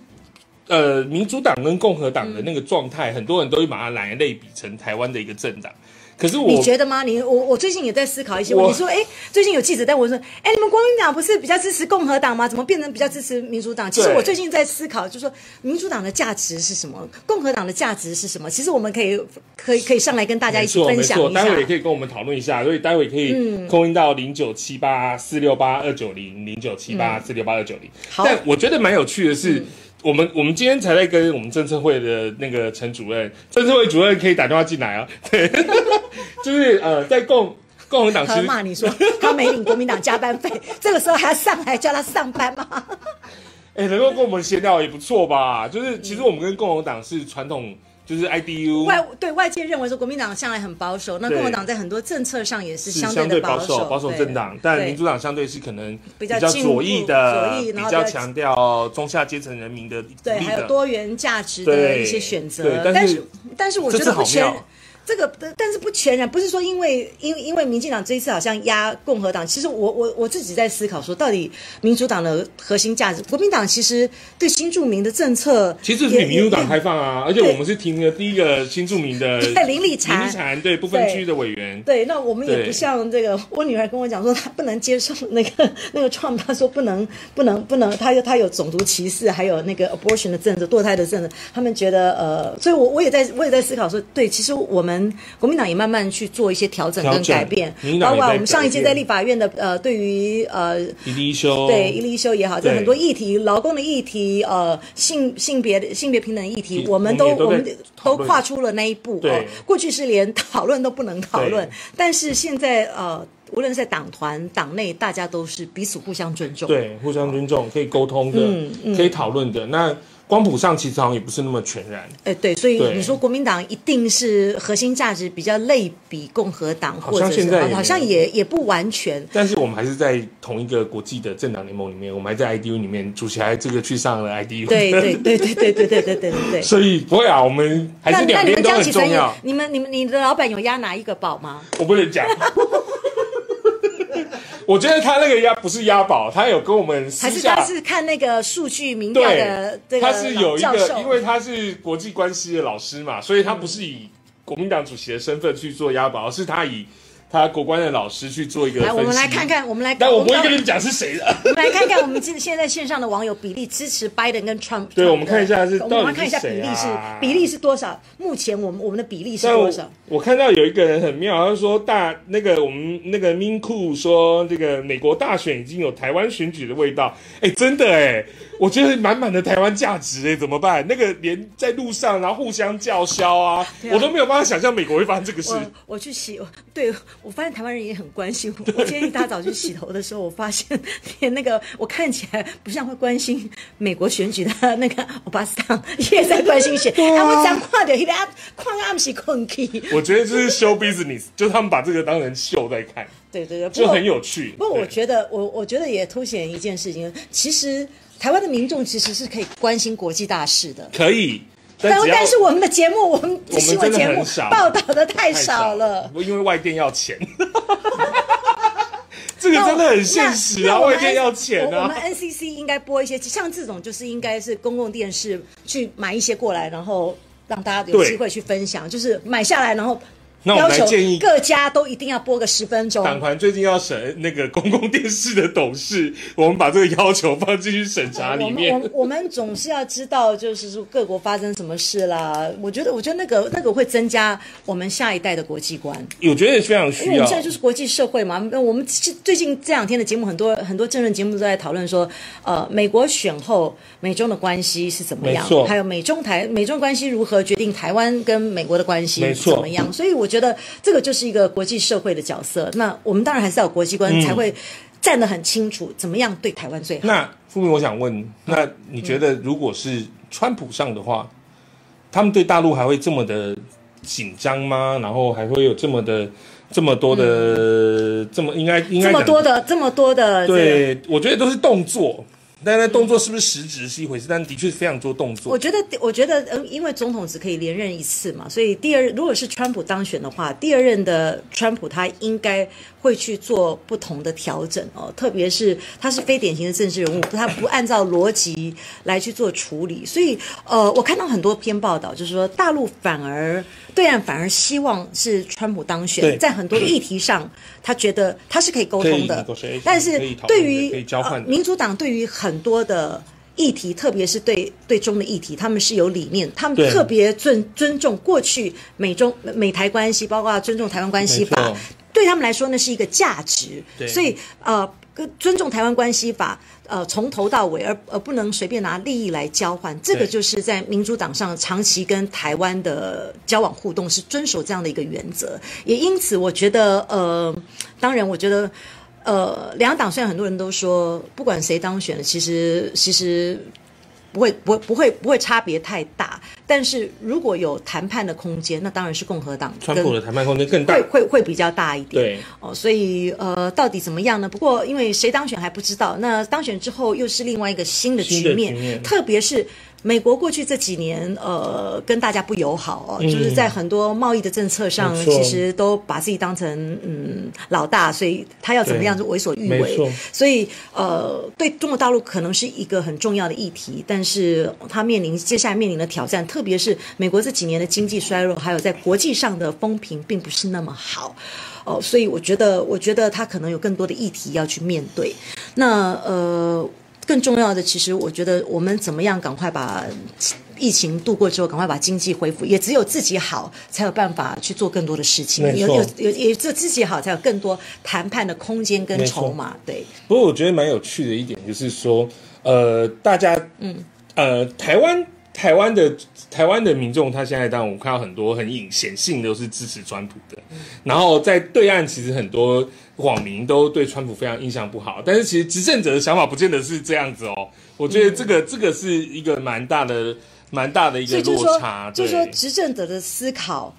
Speaker 1: 呃，民主党跟共和党的那个状态，很多人都会把它来类比成台湾的一个政党。可是
Speaker 2: 你
Speaker 1: 我
Speaker 2: 觉得吗？你我我最近也在思考一些问
Speaker 1: 我
Speaker 2: 题，说哎，最近有记者在问说，哎，你们国民党不是比较支持共和党吗？怎么变成比较支持民主党？其实
Speaker 1: 对
Speaker 2: 我最近在思考，就是说民主党的价值是什么，共和党的价值是什么？其实我们可以可以可以上来跟大家
Speaker 1: 没
Speaker 2: 一起
Speaker 1: 哎错，没
Speaker 2: 分享
Speaker 1: 错，
Speaker 2: 一
Speaker 1: 待
Speaker 2: 下嗯
Speaker 1: 会。也可以跟我们讨论一下，所以待会可以扣音到零九七八四六八二九零零九七八四六八二九零。
Speaker 2: 嗯好嗯
Speaker 1: 但我觉得蛮有趣的是，我们我们今天才在跟我们政策会的那个陈主任，政策会主任可以打电话进来啊。 *laughs* 对，就是呃，在共共和党其
Speaker 2: 河
Speaker 1: 实
Speaker 2: 马，你说他没领国民党加班费， *laughs* 这个时候还要上来叫他上班吗？
Speaker 1: 哎、能够跟我们闲聊也不错吧？就是其实我们跟共和党是传统，就是 IDU
Speaker 2: 外对外界认为说国民党向来很保守，那
Speaker 1: 对
Speaker 2: 共和党在很多政策上也是
Speaker 1: 是
Speaker 2: 对
Speaker 1: 相
Speaker 2: 的
Speaker 1: 对保
Speaker 2: 守，
Speaker 1: 保守
Speaker 2: 对
Speaker 1: 政党，但
Speaker 2: 对
Speaker 1: 民主党相对是可能
Speaker 2: 比较
Speaker 1: 较
Speaker 2: 进步
Speaker 1: 左翼的，
Speaker 2: 左翼然
Speaker 1: 比
Speaker 2: 后
Speaker 1: 较
Speaker 2: 比较
Speaker 1: 强调中下阶层人民的
Speaker 2: 对，
Speaker 1: 独立
Speaker 2: 还有
Speaker 1: 的
Speaker 2: 多元价值的
Speaker 1: 对
Speaker 2: 一些选择。
Speaker 1: 对但
Speaker 2: 但
Speaker 1: 是
Speaker 2: 是但是我
Speaker 1: 这
Speaker 2: 觉
Speaker 1: 次
Speaker 2: 得不
Speaker 1: 好
Speaker 2: 全
Speaker 1: 妙，
Speaker 2: 这个但是不全然，不是说因为因因为民进党这一次好像压共和党，其实我我我自己在思考说，到底民主党的核心价值，国民党其实对新住民的政策
Speaker 1: 其
Speaker 2: 也，
Speaker 1: 实比民主党
Speaker 2: 也
Speaker 1: 开放啊，而且
Speaker 2: 对
Speaker 1: 我们是提名了第一个新著名的
Speaker 2: *laughs* 对林立
Speaker 1: 林
Speaker 2: 禅
Speaker 1: 立禅对不分区的委员，
Speaker 2: 对，那我们也
Speaker 1: 对
Speaker 2: 不像这个，我女儿跟我讲说，她不能接受那个 *laughs* 那个 Trump，她说不能不能不能，她有她有种族歧视，还有那个 abortion 的政策、堕胎的政策，他们觉得呃，所以我我也在我也在思考说，对，其实我们国民党也慢慢去做一些调整
Speaker 1: 调
Speaker 2: 跟
Speaker 1: 整
Speaker 2: 改变
Speaker 1: 民进，党也
Speaker 2: 包括
Speaker 1: 在
Speaker 2: 我们上一届
Speaker 1: 改
Speaker 2: 在
Speaker 1: 变
Speaker 2: 立法院的呃，对于呃
Speaker 1: 一立一修，
Speaker 2: 对，一立一休也好，这
Speaker 1: 哦对
Speaker 2: 很多议题，劳工的议题，呃，性性别的性别平等议题，我们都
Speaker 1: 我
Speaker 2: 我
Speaker 1: 们也都在
Speaker 2: 们
Speaker 1: 讨
Speaker 2: 都
Speaker 1: 论
Speaker 2: 跨出了那一步。
Speaker 1: 对
Speaker 2: 哦，过去是连讨论都不能讨论
Speaker 1: 对，
Speaker 2: 但是现在呃，无论是在党团、党内，大家都是彼此互相尊重。，
Speaker 1: 对，互相尊重，可以沟通的，
Speaker 2: 嗯嗯
Speaker 1: 可以讨论的。那光谱上其实好像也不是那么全然，
Speaker 2: 哎，对，所以
Speaker 1: 对
Speaker 2: 你说国民党一定是核心价值比较类比共和党，
Speaker 1: 好
Speaker 2: 或
Speaker 1: 像
Speaker 2: 者
Speaker 1: 现
Speaker 2: 是
Speaker 1: 在也没有
Speaker 2: 好像也也不完全。
Speaker 1: 但是我们还是在同一个国际的政党联盟里面，我们还在 IDU 里面，主席还这个去上了 IDU， *laughs*
Speaker 2: 对对对对对对对对对对。
Speaker 1: 所以不会啊，我们还
Speaker 2: 那
Speaker 1: 是
Speaker 2: 那
Speaker 1: 两
Speaker 2: 你
Speaker 1: 边
Speaker 2: 们
Speaker 1: 都
Speaker 2: 江
Speaker 1: 很
Speaker 2: 启臣
Speaker 1: 重
Speaker 2: 有
Speaker 1: 要。
Speaker 2: 你们你们你的老板有压哪一个宝吗？
Speaker 1: 我不能讲。 *laughs* 我觉得他那个押不是押宝，他有跟我们私
Speaker 2: 还是
Speaker 1: 下
Speaker 2: 他是看那个数据民调的
Speaker 1: 对，
Speaker 2: 这
Speaker 1: 他是有
Speaker 2: 个
Speaker 1: 一
Speaker 2: 教
Speaker 1: 个，
Speaker 2: 授，
Speaker 1: 因为他是国际关系的老师嘛，所以他不是以国民党主席的身份去做押宝，而是他以他国关的老师去做一个分
Speaker 2: 来
Speaker 1: 析。
Speaker 2: 我们来看，看，我们来，
Speaker 1: 但我不会
Speaker 2: 们
Speaker 1: 跟你
Speaker 2: 来
Speaker 1: 们讲是谁的。
Speaker 2: 我们来看看我们现现在线上的网友比例支持拜登跟 Trump，
Speaker 1: 对
Speaker 2: Trump 的
Speaker 1: 我们看一下是
Speaker 2: 我
Speaker 1: 到
Speaker 2: 们
Speaker 1: 底
Speaker 2: 来
Speaker 1: 是
Speaker 2: 看一下比
Speaker 1: 谁
Speaker 2: 例是
Speaker 1: 啊
Speaker 2: 比例是多少？目前我们我们的比例是
Speaker 1: 但我
Speaker 2: 多少？
Speaker 1: 我看到有一个人很妙，他说大那个我们那个 Min Ku 说这个美国大选已经有台湾选举的味道，哎，真的哎，我觉得满满的台湾价值哎，怎么办？那个连在路上然后互相叫嚣啊，我都没有办法想象美国会发生这个事。
Speaker 2: 我我去洗，对我发现台湾人也很关心
Speaker 1: *laughs*
Speaker 2: 我。我今天一大早去洗头的时候，我发现 *laughs* 连那个我看起来不像会关心美国选举的那个欧巴桑也在关心选，
Speaker 1: 啊
Speaker 2: 他们讲话的一个看暗是困气。
Speaker 1: 我觉得这是 show business，就是他们把这个当成秀在看，
Speaker 2: 对对对，不
Speaker 1: 就
Speaker 2: 过
Speaker 1: 很有趣。
Speaker 2: 不过我
Speaker 1: 对
Speaker 2: 觉得，我我觉得也凸显一件事情，其实台湾的民众其实是可以关心国际大事的。
Speaker 1: 可以，
Speaker 2: 但
Speaker 1: 但只要
Speaker 2: 但是我们的节目，我们
Speaker 1: 我们
Speaker 2: 新闻
Speaker 1: 真的
Speaker 2: 节
Speaker 1: 很
Speaker 2: 目
Speaker 1: 少
Speaker 2: 报道的太
Speaker 1: 太
Speaker 2: 少了。，
Speaker 1: 因为外电要钱。 *laughs* 这个
Speaker 2: 那
Speaker 1: 真的
Speaker 2: 我
Speaker 1: 很现实
Speaker 2: 那
Speaker 1: 啊，
Speaker 2: 那我
Speaker 1: 外
Speaker 2: 们
Speaker 1: 电
Speaker 2: N-
Speaker 1: 要钱
Speaker 2: 我我
Speaker 1: 啊
Speaker 2: 们。NCC 应该播一些，像这种就是应该是公共电视去买一些过来，然后让大家有
Speaker 1: 对
Speaker 2: 机会去分享，就是买下来，然后
Speaker 1: 那我们
Speaker 2: 要
Speaker 1: 来
Speaker 2: 求
Speaker 1: 建议
Speaker 2: 各家都一定要播个十分钟。
Speaker 1: 党团最近要审那个公共电视的董事，我们把这个要求放进去审查里
Speaker 2: 我们我
Speaker 1: 面
Speaker 2: 们。我们总是要知道，就是说各国发生什么事啦。我觉得，我觉得那个那个会增加我们下一代的国际观，
Speaker 1: 我觉得非常
Speaker 2: 因
Speaker 1: 需
Speaker 2: 为我
Speaker 1: 要
Speaker 2: 们现在就是国际社会嘛。那我们最最近这两天的节目，很多很多政论节目都在讨论说，呃，美国选后美中的关系是怎么样
Speaker 1: 没错，
Speaker 2: 还有美中台美中关系如何决定台湾跟美国的关系
Speaker 1: 没错
Speaker 2: 怎么样。
Speaker 1: 嗯
Speaker 2: 所以我觉得这个就是一个国际社会的角色。那我们当然还是要有国际观，才会站得很清楚，怎么样对台湾最好。
Speaker 1: 那傅明，我想问，那你觉得如果是川普上的话，他们对大陆还会这么的紧张吗？然后还会有这么的这么多的、这么应该应该
Speaker 2: 嗯这么
Speaker 1: 讲
Speaker 2: 多的这么多的这个
Speaker 1: 对，我觉得都是动作，但那动作是不是实质是一回事，但的确是非常多动作。
Speaker 2: 我觉得，我觉得，呃，因为总统只可以连任一次嘛，所以第二，如果是川普当选的话，第二任的川普他应该会去做不同的调整哦，特别是他是非典型的政治人物，他不按照逻辑来去做处理，所以，呃，我看到很多篇报道，就是说大陆反而对岸反而希望是川普当
Speaker 1: 对
Speaker 2: 选，在很多议题上，他觉得他是可以沟
Speaker 1: 可以
Speaker 2: 通的
Speaker 1: negotiation，，
Speaker 2: 但是
Speaker 1: 可以讨论的
Speaker 2: 对
Speaker 1: 可以
Speaker 2: 于呃
Speaker 1: 交换的
Speaker 2: 民主党对于很多的议题，特别是对对中的议题，他们是有理念，他们
Speaker 1: 对
Speaker 2: 特别尊尊重过去美中美台关系，包括尊重台湾关系
Speaker 1: 没
Speaker 2: 法
Speaker 1: 错，
Speaker 2: 对他们来说那是一个价值
Speaker 1: 对，
Speaker 2: 所以呃。跟尊重台湾关系法，呃，从头到尾，而而不能随便拿利益来交换，这个
Speaker 1: 对
Speaker 2: 就是在民主党上长期跟台湾的交往互动是遵守这样的一个原则。也因此，我觉得，呃，当然，我觉得呃，两党虽然很多人都说，不管谁当选了，其实其实不会不会不会不会差别太大，但是如果有谈判的空间，那当然是共和党
Speaker 1: 川普的
Speaker 2: 跟
Speaker 1: 谈判空间更大
Speaker 2: 会。会会比较大一点。
Speaker 1: 对，
Speaker 2: 哦，所以呃，到底怎么样呢？不过因为谁当选还不知道，那当选之后又是另外一个新的
Speaker 1: 新
Speaker 2: 局
Speaker 1: 的
Speaker 2: 面，
Speaker 1: 局面
Speaker 2: 特别是。美国过去这几年，呃，跟大家不友好哦，就是在很多贸易的政策
Speaker 1: 嗯
Speaker 2: 上，
Speaker 1: 没错
Speaker 2: 其实都把自己当成嗯老大，所以他要怎么样
Speaker 1: 对
Speaker 2: 就为所欲
Speaker 1: 没
Speaker 2: 为
Speaker 1: 错。
Speaker 2: 所以呃，对中国大陆可能是一个很重要的议题，但是它面临接下来面临的挑战，特别是美国这几年的经济衰弱，还有在国际上的风评并不是那么好。哦，所以我觉得，我觉得它可能有更多的议题要去面对。那呃，更重要的，其实我觉得我们怎么样赶快把疫情度过之后，赶快把经济恢复，也只有自己好，才有办法去做更多的事情。
Speaker 1: 没
Speaker 2: 有
Speaker 1: 错
Speaker 2: 有有，也只有自己好，才有更多谈判的空间跟
Speaker 1: 没错
Speaker 2: 筹码。对，
Speaker 1: 不过我觉得蛮有趣的一点就是说，呃，大家，嗯，呃，台湾台湾的台湾的民众，他现在当然我看到很多很隐显性都是支持川普的，
Speaker 2: 嗯
Speaker 1: 然后在对岸其实很多网民都对川普非常印象不好，但是其实执政者的想法不见得是这样子哦，我觉得这个、这个是一个蛮大的蛮大的一
Speaker 2: 嗯所
Speaker 1: 个
Speaker 2: 以就是
Speaker 1: 落
Speaker 2: 说
Speaker 1: 差，，
Speaker 2: 就是
Speaker 1: 对
Speaker 2: 说执政者的思考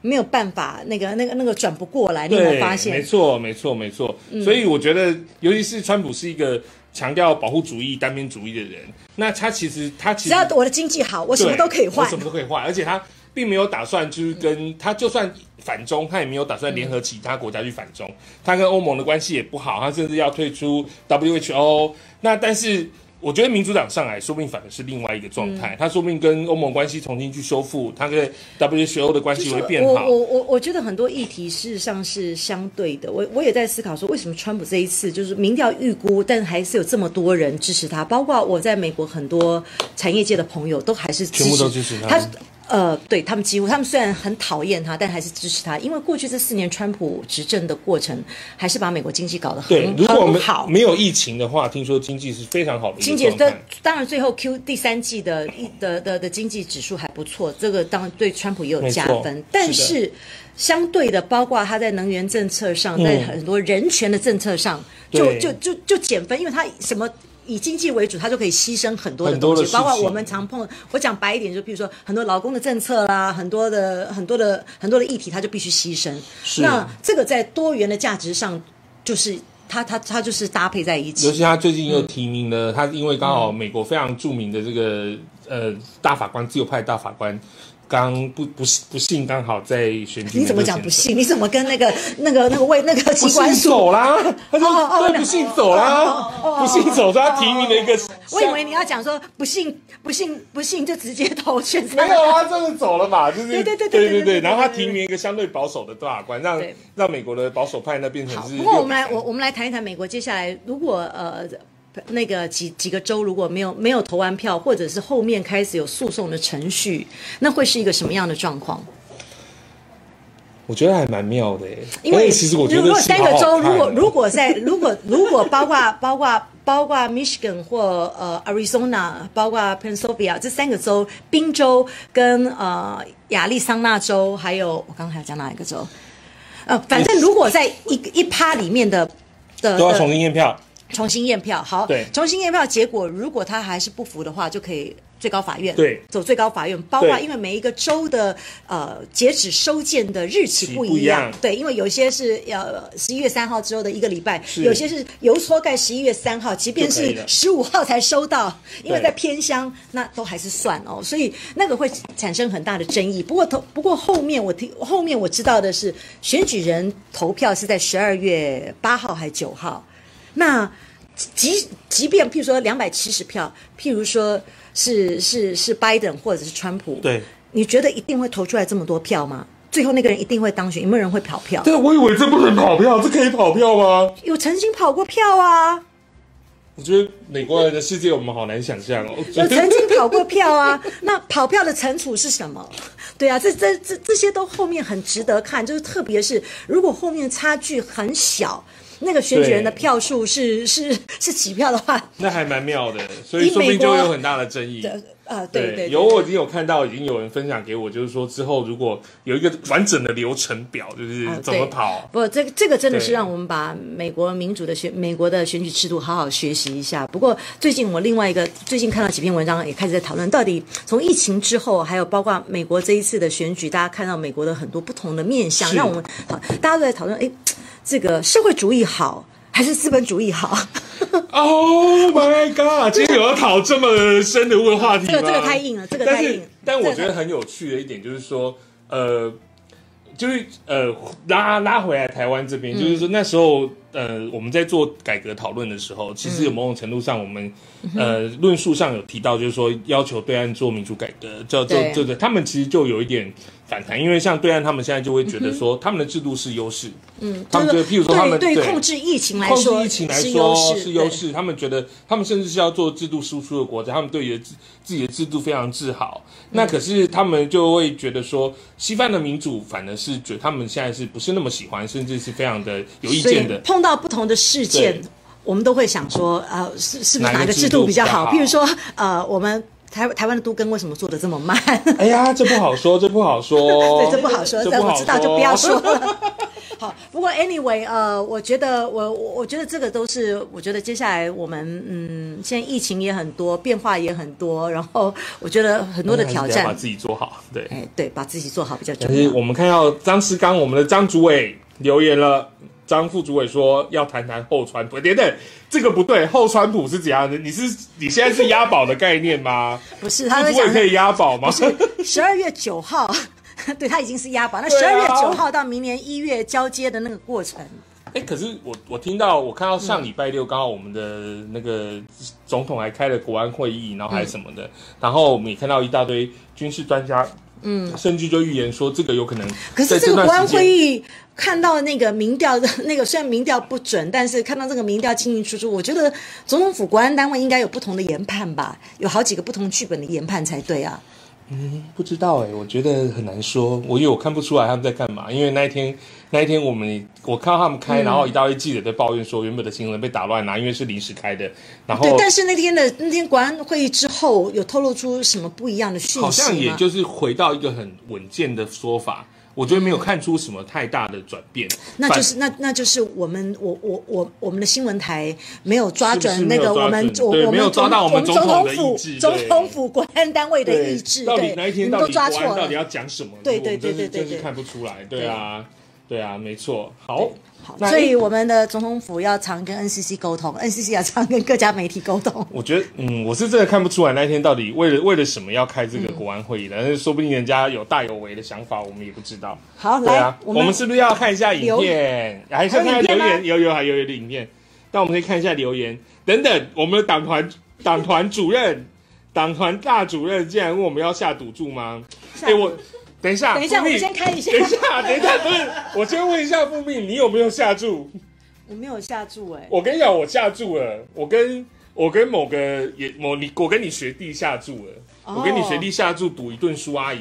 Speaker 2: 没有办法，那个那个那个转不过来，你有
Speaker 1: 对，
Speaker 2: 没有发
Speaker 1: 没
Speaker 2: 现？嗯
Speaker 1: 错，没错，没错。所以我觉得，尤其是川普是一个强调保护主义、单边主义的人，那他其实他其
Speaker 2: 只
Speaker 1: 实
Speaker 2: 要我的经济好，我
Speaker 1: 我
Speaker 2: 什么都可以换
Speaker 1: 我什。么都可以换，而且他并没有打算就是跟他就算反中，他也没有打算联合其他国家去反中，他跟欧盟的关系也不好，他甚至要退出 WHO。那但是。我觉得民主党上来，说不定反而是另外一个状态。
Speaker 2: 嗯
Speaker 1: 他说不定跟欧盟关系重新去修复，他跟 WHO 的关
Speaker 2: 就
Speaker 1: 系
Speaker 2: 是
Speaker 1: 会变
Speaker 2: 我
Speaker 1: 好。
Speaker 2: 我我我觉得很多议题事实上是相对的。我我也在思考说，为什么川普这一次就是民调预估，但还是有这么多人支持他，包括我在美国很多产业界的朋友都还是支持
Speaker 1: 全部都支持他
Speaker 2: 他呃，对他们几乎，他们虽然很讨厌他，但还是支持他，因为过去这四年川普执政的过程，还是把美国经济搞得很
Speaker 1: 对，如果我
Speaker 2: 很
Speaker 1: 们
Speaker 2: 好。
Speaker 1: 没有疫情的话，听说经济是非常好的一
Speaker 2: 经
Speaker 1: 个
Speaker 2: 济
Speaker 1: 状
Speaker 2: 的
Speaker 1: 态。
Speaker 2: 当然，最后 Q 第三季的的的的经济指数还不错，这个当然对川普也有加
Speaker 1: 没错
Speaker 2: 分。但
Speaker 1: 是嗯
Speaker 2: 是相对的，包括他在能源政策上，在很多人权的政策上，就
Speaker 1: 对
Speaker 2: 就就就减分，因为他什么。以经济为主，他就可以牺牲很多的
Speaker 1: 很多
Speaker 2: 东
Speaker 1: 的
Speaker 2: 西，
Speaker 1: 事
Speaker 2: 包括
Speaker 1: 情
Speaker 2: 我们常碰。我讲白一点，就比如说很多劳工的政策啦，很多的很多的很多的议题，他就必须牺牲。那这个在多元的价值上，就是他他他就是搭配在一起
Speaker 1: 尤。其他最近又提名了，他因为刚好美国非常著名的这个
Speaker 2: 嗯
Speaker 1: 呃大法官自由派大法官，刚不不是不幸刚好在选举。
Speaker 2: 你怎么讲不？信？你怎么跟那个、那个、那个卫、那个
Speaker 1: 不
Speaker 2: 机
Speaker 1: 幸
Speaker 2: 关署？
Speaker 1: 走啦，他说
Speaker 2: 哦哦哦
Speaker 1: 对
Speaker 2: 那
Speaker 1: 不幸走啦，不幸走，所以他提名了一个。
Speaker 2: 我以为你要讲说不信、不信、不信，就直接投选上
Speaker 1: 没。有啊，真的走了嘛，就是
Speaker 2: 对对对对
Speaker 1: 对
Speaker 2: 对
Speaker 1: 对
Speaker 2: 对对
Speaker 1: 然后他
Speaker 2: 对对
Speaker 1: 提名一个相对保守的大法官，让
Speaker 2: 对
Speaker 1: 让美国的保守派那变成
Speaker 2: 好，
Speaker 1: 是。
Speaker 2: 不过我们来，我我们来谈一谈美国接下来如果呃。那个几几个州如果没有没有投完票，或者是后面开始有诉讼的程序，那会是一个什么样的状况？
Speaker 1: 我觉得还蛮妙的耶，
Speaker 2: 因为
Speaker 1: 而且哎其实我觉得
Speaker 2: 如果
Speaker 1: 戏
Speaker 2: 三个
Speaker 1: 好好
Speaker 2: 州，
Speaker 1: 看
Speaker 2: 如果
Speaker 1: 哦
Speaker 2: 如果在如果如果包括包括包括 Michigan 或呃 Arizona，包括 Pennsylvania 这三个州，宾州跟呃亚利桑那州，还有我刚才讲哪一个州？呃，反正如果在一个一趴里面的的
Speaker 1: 都要
Speaker 2: 的
Speaker 1: 重新验票。
Speaker 2: 重新验票。好，
Speaker 1: 对
Speaker 2: 重新验票结果，如果他还是不服的话，就可以最高法院
Speaker 1: 对
Speaker 2: 走最高法院，包括
Speaker 1: 对
Speaker 2: 因为每一个州的呃截止收件的日期不
Speaker 1: 不一
Speaker 2: 一样，
Speaker 1: 样
Speaker 2: 对，因为有些是呃十一月三号之后的一个礼拜，
Speaker 1: 是
Speaker 2: 有些是邮戳盖十一月三号，即便
Speaker 1: 就可以
Speaker 2: 是
Speaker 1: 了
Speaker 2: 十五号才收到，因为
Speaker 1: 对
Speaker 2: 在偏乡那都还是算哦，所以那个会产生很大的争议。不过头不过后面我听后面我知道的是，选举人投票是在十二月八号还九号，那即即便譬如说两百七十票，譬如说是是是拜登或者是川普，
Speaker 1: 对，
Speaker 2: 你觉得一定会投出来这么多票吗？最后那个人一定会当选？有没有人会跑票？
Speaker 1: 对，我以为这不能跑票，这可以跑票吗？
Speaker 2: 有曾经跑过票啊，
Speaker 1: 我觉得美国人的世界我们好难想象哦。
Speaker 2: 有曾经跑过票啊。那跑票的惩处是什么？对啊，这这这这些都后面很值得看，就是特别是如果后面差距很小，那个选举人的
Speaker 1: 对
Speaker 2: 票数是是是几票的话，
Speaker 1: *laughs* 那还蛮妙的，所以
Speaker 2: 以
Speaker 1: 说不定
Speaker 2: 美国
Speaker 1: 就会有很大的争议。
Speaker 2: 呃啊，对对，
Speaker 1: 有我已经有看到，已经有人分享给我，就是说之后如果有一个完整的流程表，就是
Speaker 2: 啊
Speaker 1: 怎么
Speaker 2: 对
Speaker 1: 跑。
Speaker 2: 不，这个这个真的是
Speaker 1: 对
Speaker 2: 让我们把美国民主的选美国的选举制度好好学习一下。不过最近我另外一个最近看到几篇文章也开始在讨论，到底从疫情之后，还有包括美国这一次的选举，大家看到美国的很多不同的面向，
Speaker 1: 是
Speaker 2: 让我们好大家都在讨论，哎，这个社会主义好还是资本主义好？
Speaker 1: Oh my god！今天有要讨这么深的问话题吗？
Speaker 2: 这个这个太硬了这个
Speaker 1: 但
Speaker 2: 太
Speaker 1: 是
Speaker 2: 硬了
Speaker 1: 但我
Speaker 2: 这个太
Speaker 1: 觉得很有趣的一点就是说，呃，就是呃拉拉回来台湾这边，就是
Speaker 2: 嗯
Speaker 1: 说那时候呃我们在做改革讨论的时候，其实
Speaker 2: 嗯
Speaker 1: 有某种程度上我们、呃论述上有提到，就是说要求对岸做民主改革，这这
Speaker 2: 对
Speaker 1: 这个他们其实就有一点反弹，因为像对岸他们现在就会觉
Speaker 2: 嗯
Speaker 1: 得说、他们的制度是优势，嗯，他们觉得譬如说他们
Speaker 2: 对对控制疫情来
Speaker 1: 控制
Speaker 2: 说，
Speaker 1: 疫情来说
Speaker 2: 是优势，
Speaker 1: 是
Speaker 2: 对
Speaker 1: 优势，他们觉得他们甚至是要做制度输出的国家，他们对于自自己的制度非常自豪。
Speaker 2: 嗯
Speaker 1: 那可是他们就会觉得说，西方的民主反而是觉得他们现在是不是那么喜欢，甚至是非常的有意
Speaker 2: 所以
Speaker 1: 见的。
Speaker 2: 碰到不同的事件
Speaker 1: 对，
Speaker 2: 我们都会想说，呃，是是不
Speaker 1: 哪
Speaker 2: 是哪
Speaker 1: 个
Speaker 2: 个
Speaker 1: 制
Speaker 2: 制
Speaker 1: 度
Speaker 2: 度
Speaker 1: 比
Speaker 2: 比较
Speaker 1: 较
Speaker 2: 好？
Speaker 1: 好
Speaker 2: 譬如说，呃，我们台台湾的都更为什么做的这
Speaker 1: *laughs*
Speaker 2: 么慢？
Speaker 1: 哎呀，这不好说，这不好说，
Speaker 2: *laughs* 对，这不好说，
Speaker 1: 哦这
Speaker 2: 但
Speaker 1: 不
Speaker 2: 我
Speaker 1: 好
Speaker 2: 知道就不要说了。 *laughs* 好，不过 anyway，呃，我觉得我我我觉得这个都是，我觉得接下来我们嗯，现在疫情也很多，变化也很多，然后我觉得很多的
Speaker 1: *laughs*
Speaker 2: 挑
Speaker 1: 还是得要
Speaker 2: 战
Speaker 1: 把，自己做好。对，
Speaker 2: 哎，对，把自己做好比较重
Speaker 1: 但是
Speaker 2: 要。
Speaker 1: 我们看到张思刚，我们的张主委留言了。张副主委说要谈谈后川普，等等，这个不对。后川普是怎样的？你是你现在是押宝的概念吗？
Speaker 2: 不是，他
Speaker 1: 副
Speaker 2: 在
Speaker 1: 主委
Speaker 2: 讲
Speaker 1: 可以押宝吗？
Speaker 2: 十二月九号， *laughs* 对他已经是押宝。那
Speaker 1: 对
Speaker 2: 十
Speaker 1: 啊
Speaker 2: 二月九号到明年一月交接的那个过程，
Speaker 1: 哎、可是我我听到我看到上礼拜六刚好我们的那个总统还开了国安会议，然后还什么的，
Speaker 2: 嗯
Speaker 1: 然后我们也看到一大堆军事专家，嗯，甚至就预言说这个有可能
Speaker 2: 可
Speaker 1: 在
Speaker 2: 是这个
Speaker 1: 段
Speaker 2: 国安
Speaker 1: 时间
Speaker 2: 会议看到那个民调 *laughs* 的那个，虽然民调不准，但是看到这个民调进进出出，我觉得总统府国安单位应该有不同的研判吧，有好几个不同剧本的研判才对啊。
Speaker 1: 不知道哎、我觉得很难说，我因为我看不出来他们在干嘛，因为那一天那一天我们我看到他们开，
Speaker 2: 嗯
Speaker 1: 然后一大堆记者在抱怨说原本的新闻被打乱啦、因为是临时开的，然后
Speaker 2: 对，但是那天的那天国安会议之后，有透露出什么不一样的讯息吗？
Speaker 1: 好像也就是回到一个很稳健的说法，我觉得没有看出什么太大的转变，
Speaker 2: 那
Speaker 1: 反
Speaker 2: 就是那那就是我们我我我我们的新闻台没有抓
Speaker 1: 是
Speaker 2: 准
Speaker 1: 不是
Speaker 2: 那个
Speaker 1: 没有抓准
Speaker 2: 我们我
Speaker 1: 对
Speaker 2: 我
Speaker 1: 没有
Speaker 2: 们
Speaker 1: 抓
Speaker 2: 总
Speaker 1: 到我
Speaker 2: 我
Speaker 1: 们
Speaker 2: 们
Speaker 1: 总
Speaker 2: 总
Speaker 1: 统
Speaker 2: 统
Speaker 1: 的意
Speaker 2: 府
Speaker 1: 志
Speaker 2: 总
Speaker 1: 对
Speaker 2: 统府国安单位的
Speaker 1: 对
Speaker 2: 意志，
Speaker 1: 到底
Speaker 2: 对，
Speaker 1: 那一
Speaker 2: 你
Speaker 1: 天
Speaker 2: 们
Speaker 1: 到
Speaker 2: 都
Speaker 1: 底
Speaker 2: 抓
Speaker 1: 国
Speaker 2: 错
Speaker 1: 安到
Speaker 2: 了
Speaker 1: 底。要讲什么？
Speaker 2: 对
Speaker 1: 我们
Speaker 2: 对对
Speaker 1: 真是
Speaker 2: 对对
Speaker 1: 真是
Speaker 2: 对
Speaker 1: 看不出来。对啊，对啊，没错。好，
Speaker 2: 好
Speaker 1: 那
Speaker 2: 所以
Speaker 1: 诶
Speaker 2: 我们的总统府要常跟 NCC 沟通，NCC 要常跟各家媒体沟通。
Speaker 1: 我觉得，嗯，我是真的看不出来那一天到底为了为了什么要开这个国安会议
Speaker 2: 嗯
Speaker 1: 的，但是说不定人家有大有为的想法，我们也不知道。
Speaker 2: 好，
Speaker 1: 对
Speaker 2: 来，
Speaker 1: 啊，我
Speaker 2: 们
Speaker 1: 是不是要看一下影
Speaker 2: 留
Speaker 1: 片？还是要看一下
Speaker 2: 还有
Speaker 1: 留
Speaker 2: 影片吗
Speaker 1: 言？有有还有有影片，那我们可以看一下留言等等。我们的党
Speaker 2: *laughs*
Speaker 1: 团党团主任、党团大主任竟然问我们要下赌注吗？哎、我等一下，
Speaker 2: 等一下，
Speaker 1: 复
Speaker 2: 我
Speaker 1: 命
Speaker 2: 们先看一下
Speaker 1: 等。一下，等一下，不是，我先问一下富命，你有没有下注？
Speaker 2: 我没有下注哎、
Speaker 1: 我跟你讲，我下注了，我跟我跟某个也某你，我跟你学弟下注了，我跟你学弟下注赌一顿输阿姨。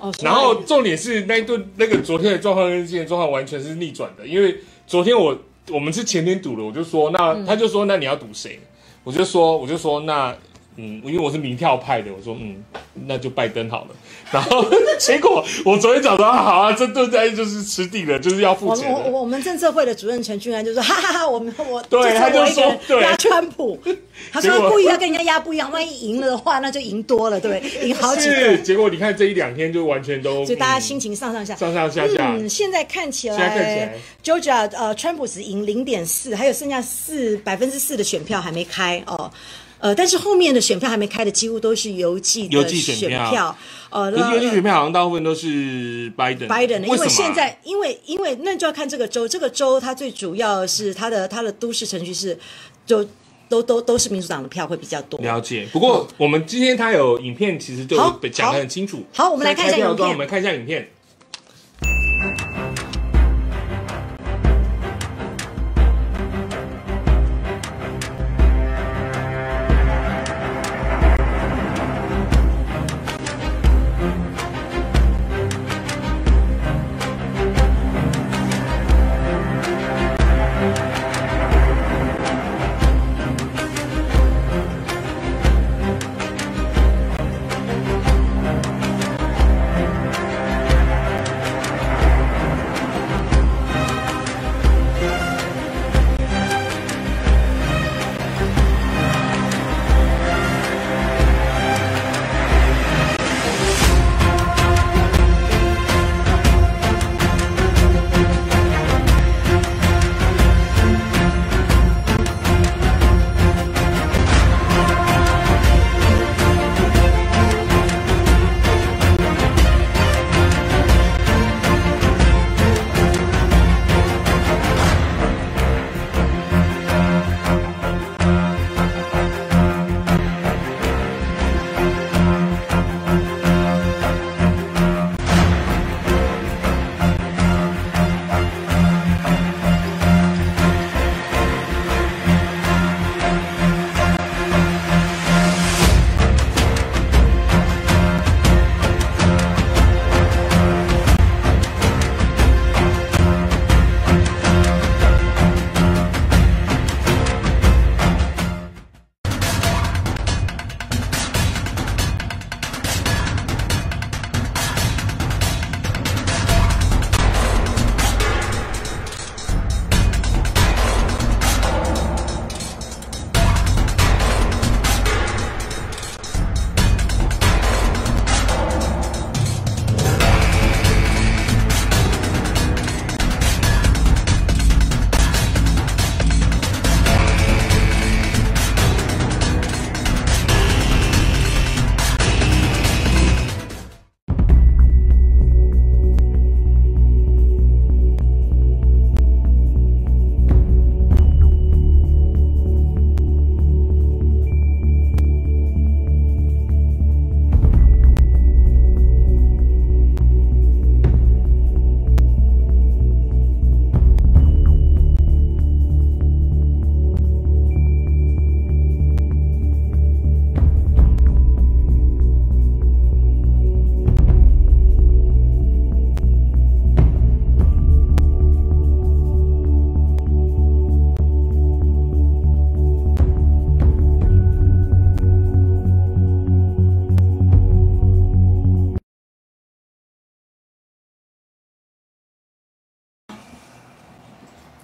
Speaker 2: 哦，所以
Speaker 1: 然后重点是那一顿那个昨天的状况跟今天的状况完全是逆转的，因为昨天我
Speaker 2: 嗯
Speaker 1: 我们是前天赌了，我就说那、他就说那你要赌谁？我就说我就说那嗯，因为我是民调派的，我说嗯，那就拜登好了。 *laughs* 然后结果我昨天早上好啊，这对在就是吃定了，就是要付
Speaker 2: 我
Speaker 1: 钱
Speaker 2: 们
Speaker 1: 了。
Speaker 2: 我我们政策会的主任陈俊安就说，哈哈哈，我们我
Speaker 1: 对
Speaker 2: 是
Speaker 1: 他就
Speaker 2: 我一个人
Speaker 1: 说对
Speaker 2: 压川
Speaker 1: *laughs*
Speaker 2: 普，他
Speaker 1: 结
Speaker 2: 说
Speaker 1: 果
Speaker 2: 故意要跟人家压不一样，万一赢了的话，那就赢多了，对不对？赢好几
Speaker 1: 是，
Speaker 2: 个，
Speaker 1: 结果你看这一两天就完全都，
Speaker 2: 所以大家
Speaker 1: 嗯
Speaker 2: 心情上上下
Speaker 1: 上上下下
Speaker 2: 嗯，现在看起
Speaker 1: 现在看起
Speaker 2: 来
Speaker 1: 来
Speaker 2: ，Georgia 呃，川普只赢零点四，还有剩下四百分之四的选票还没开哦。呃，但是后面的选票还没开的，几乎都是邮寄的
Speaker 1: 邮寄选票
Speaker 2: 票呃，
Speaker 1: 可是邮寄选票
Speaker 2: 票
Speaker 1: 好像大部分都是拜登，
Speaker 2: 拜登的，因
Speaker 1: 为什么
Speaker 2: 为
Speaker 1: 啊
Speaker 2: 现在，因为因为那就要看这个州，这个州它最主要是它的它的都市程序是，就都都都是民主党的票会比较多。
Speaker 1: 了解。不过我们今天他有影片，其实就
Speaker 2: 好
Speaker 1: 被讲得很清楚。
Speaker 2: 好好我们来看一下
Speaker 1: 现在开票的话
Speaker 2: 影片
Speaker 1: 我们看一下影片。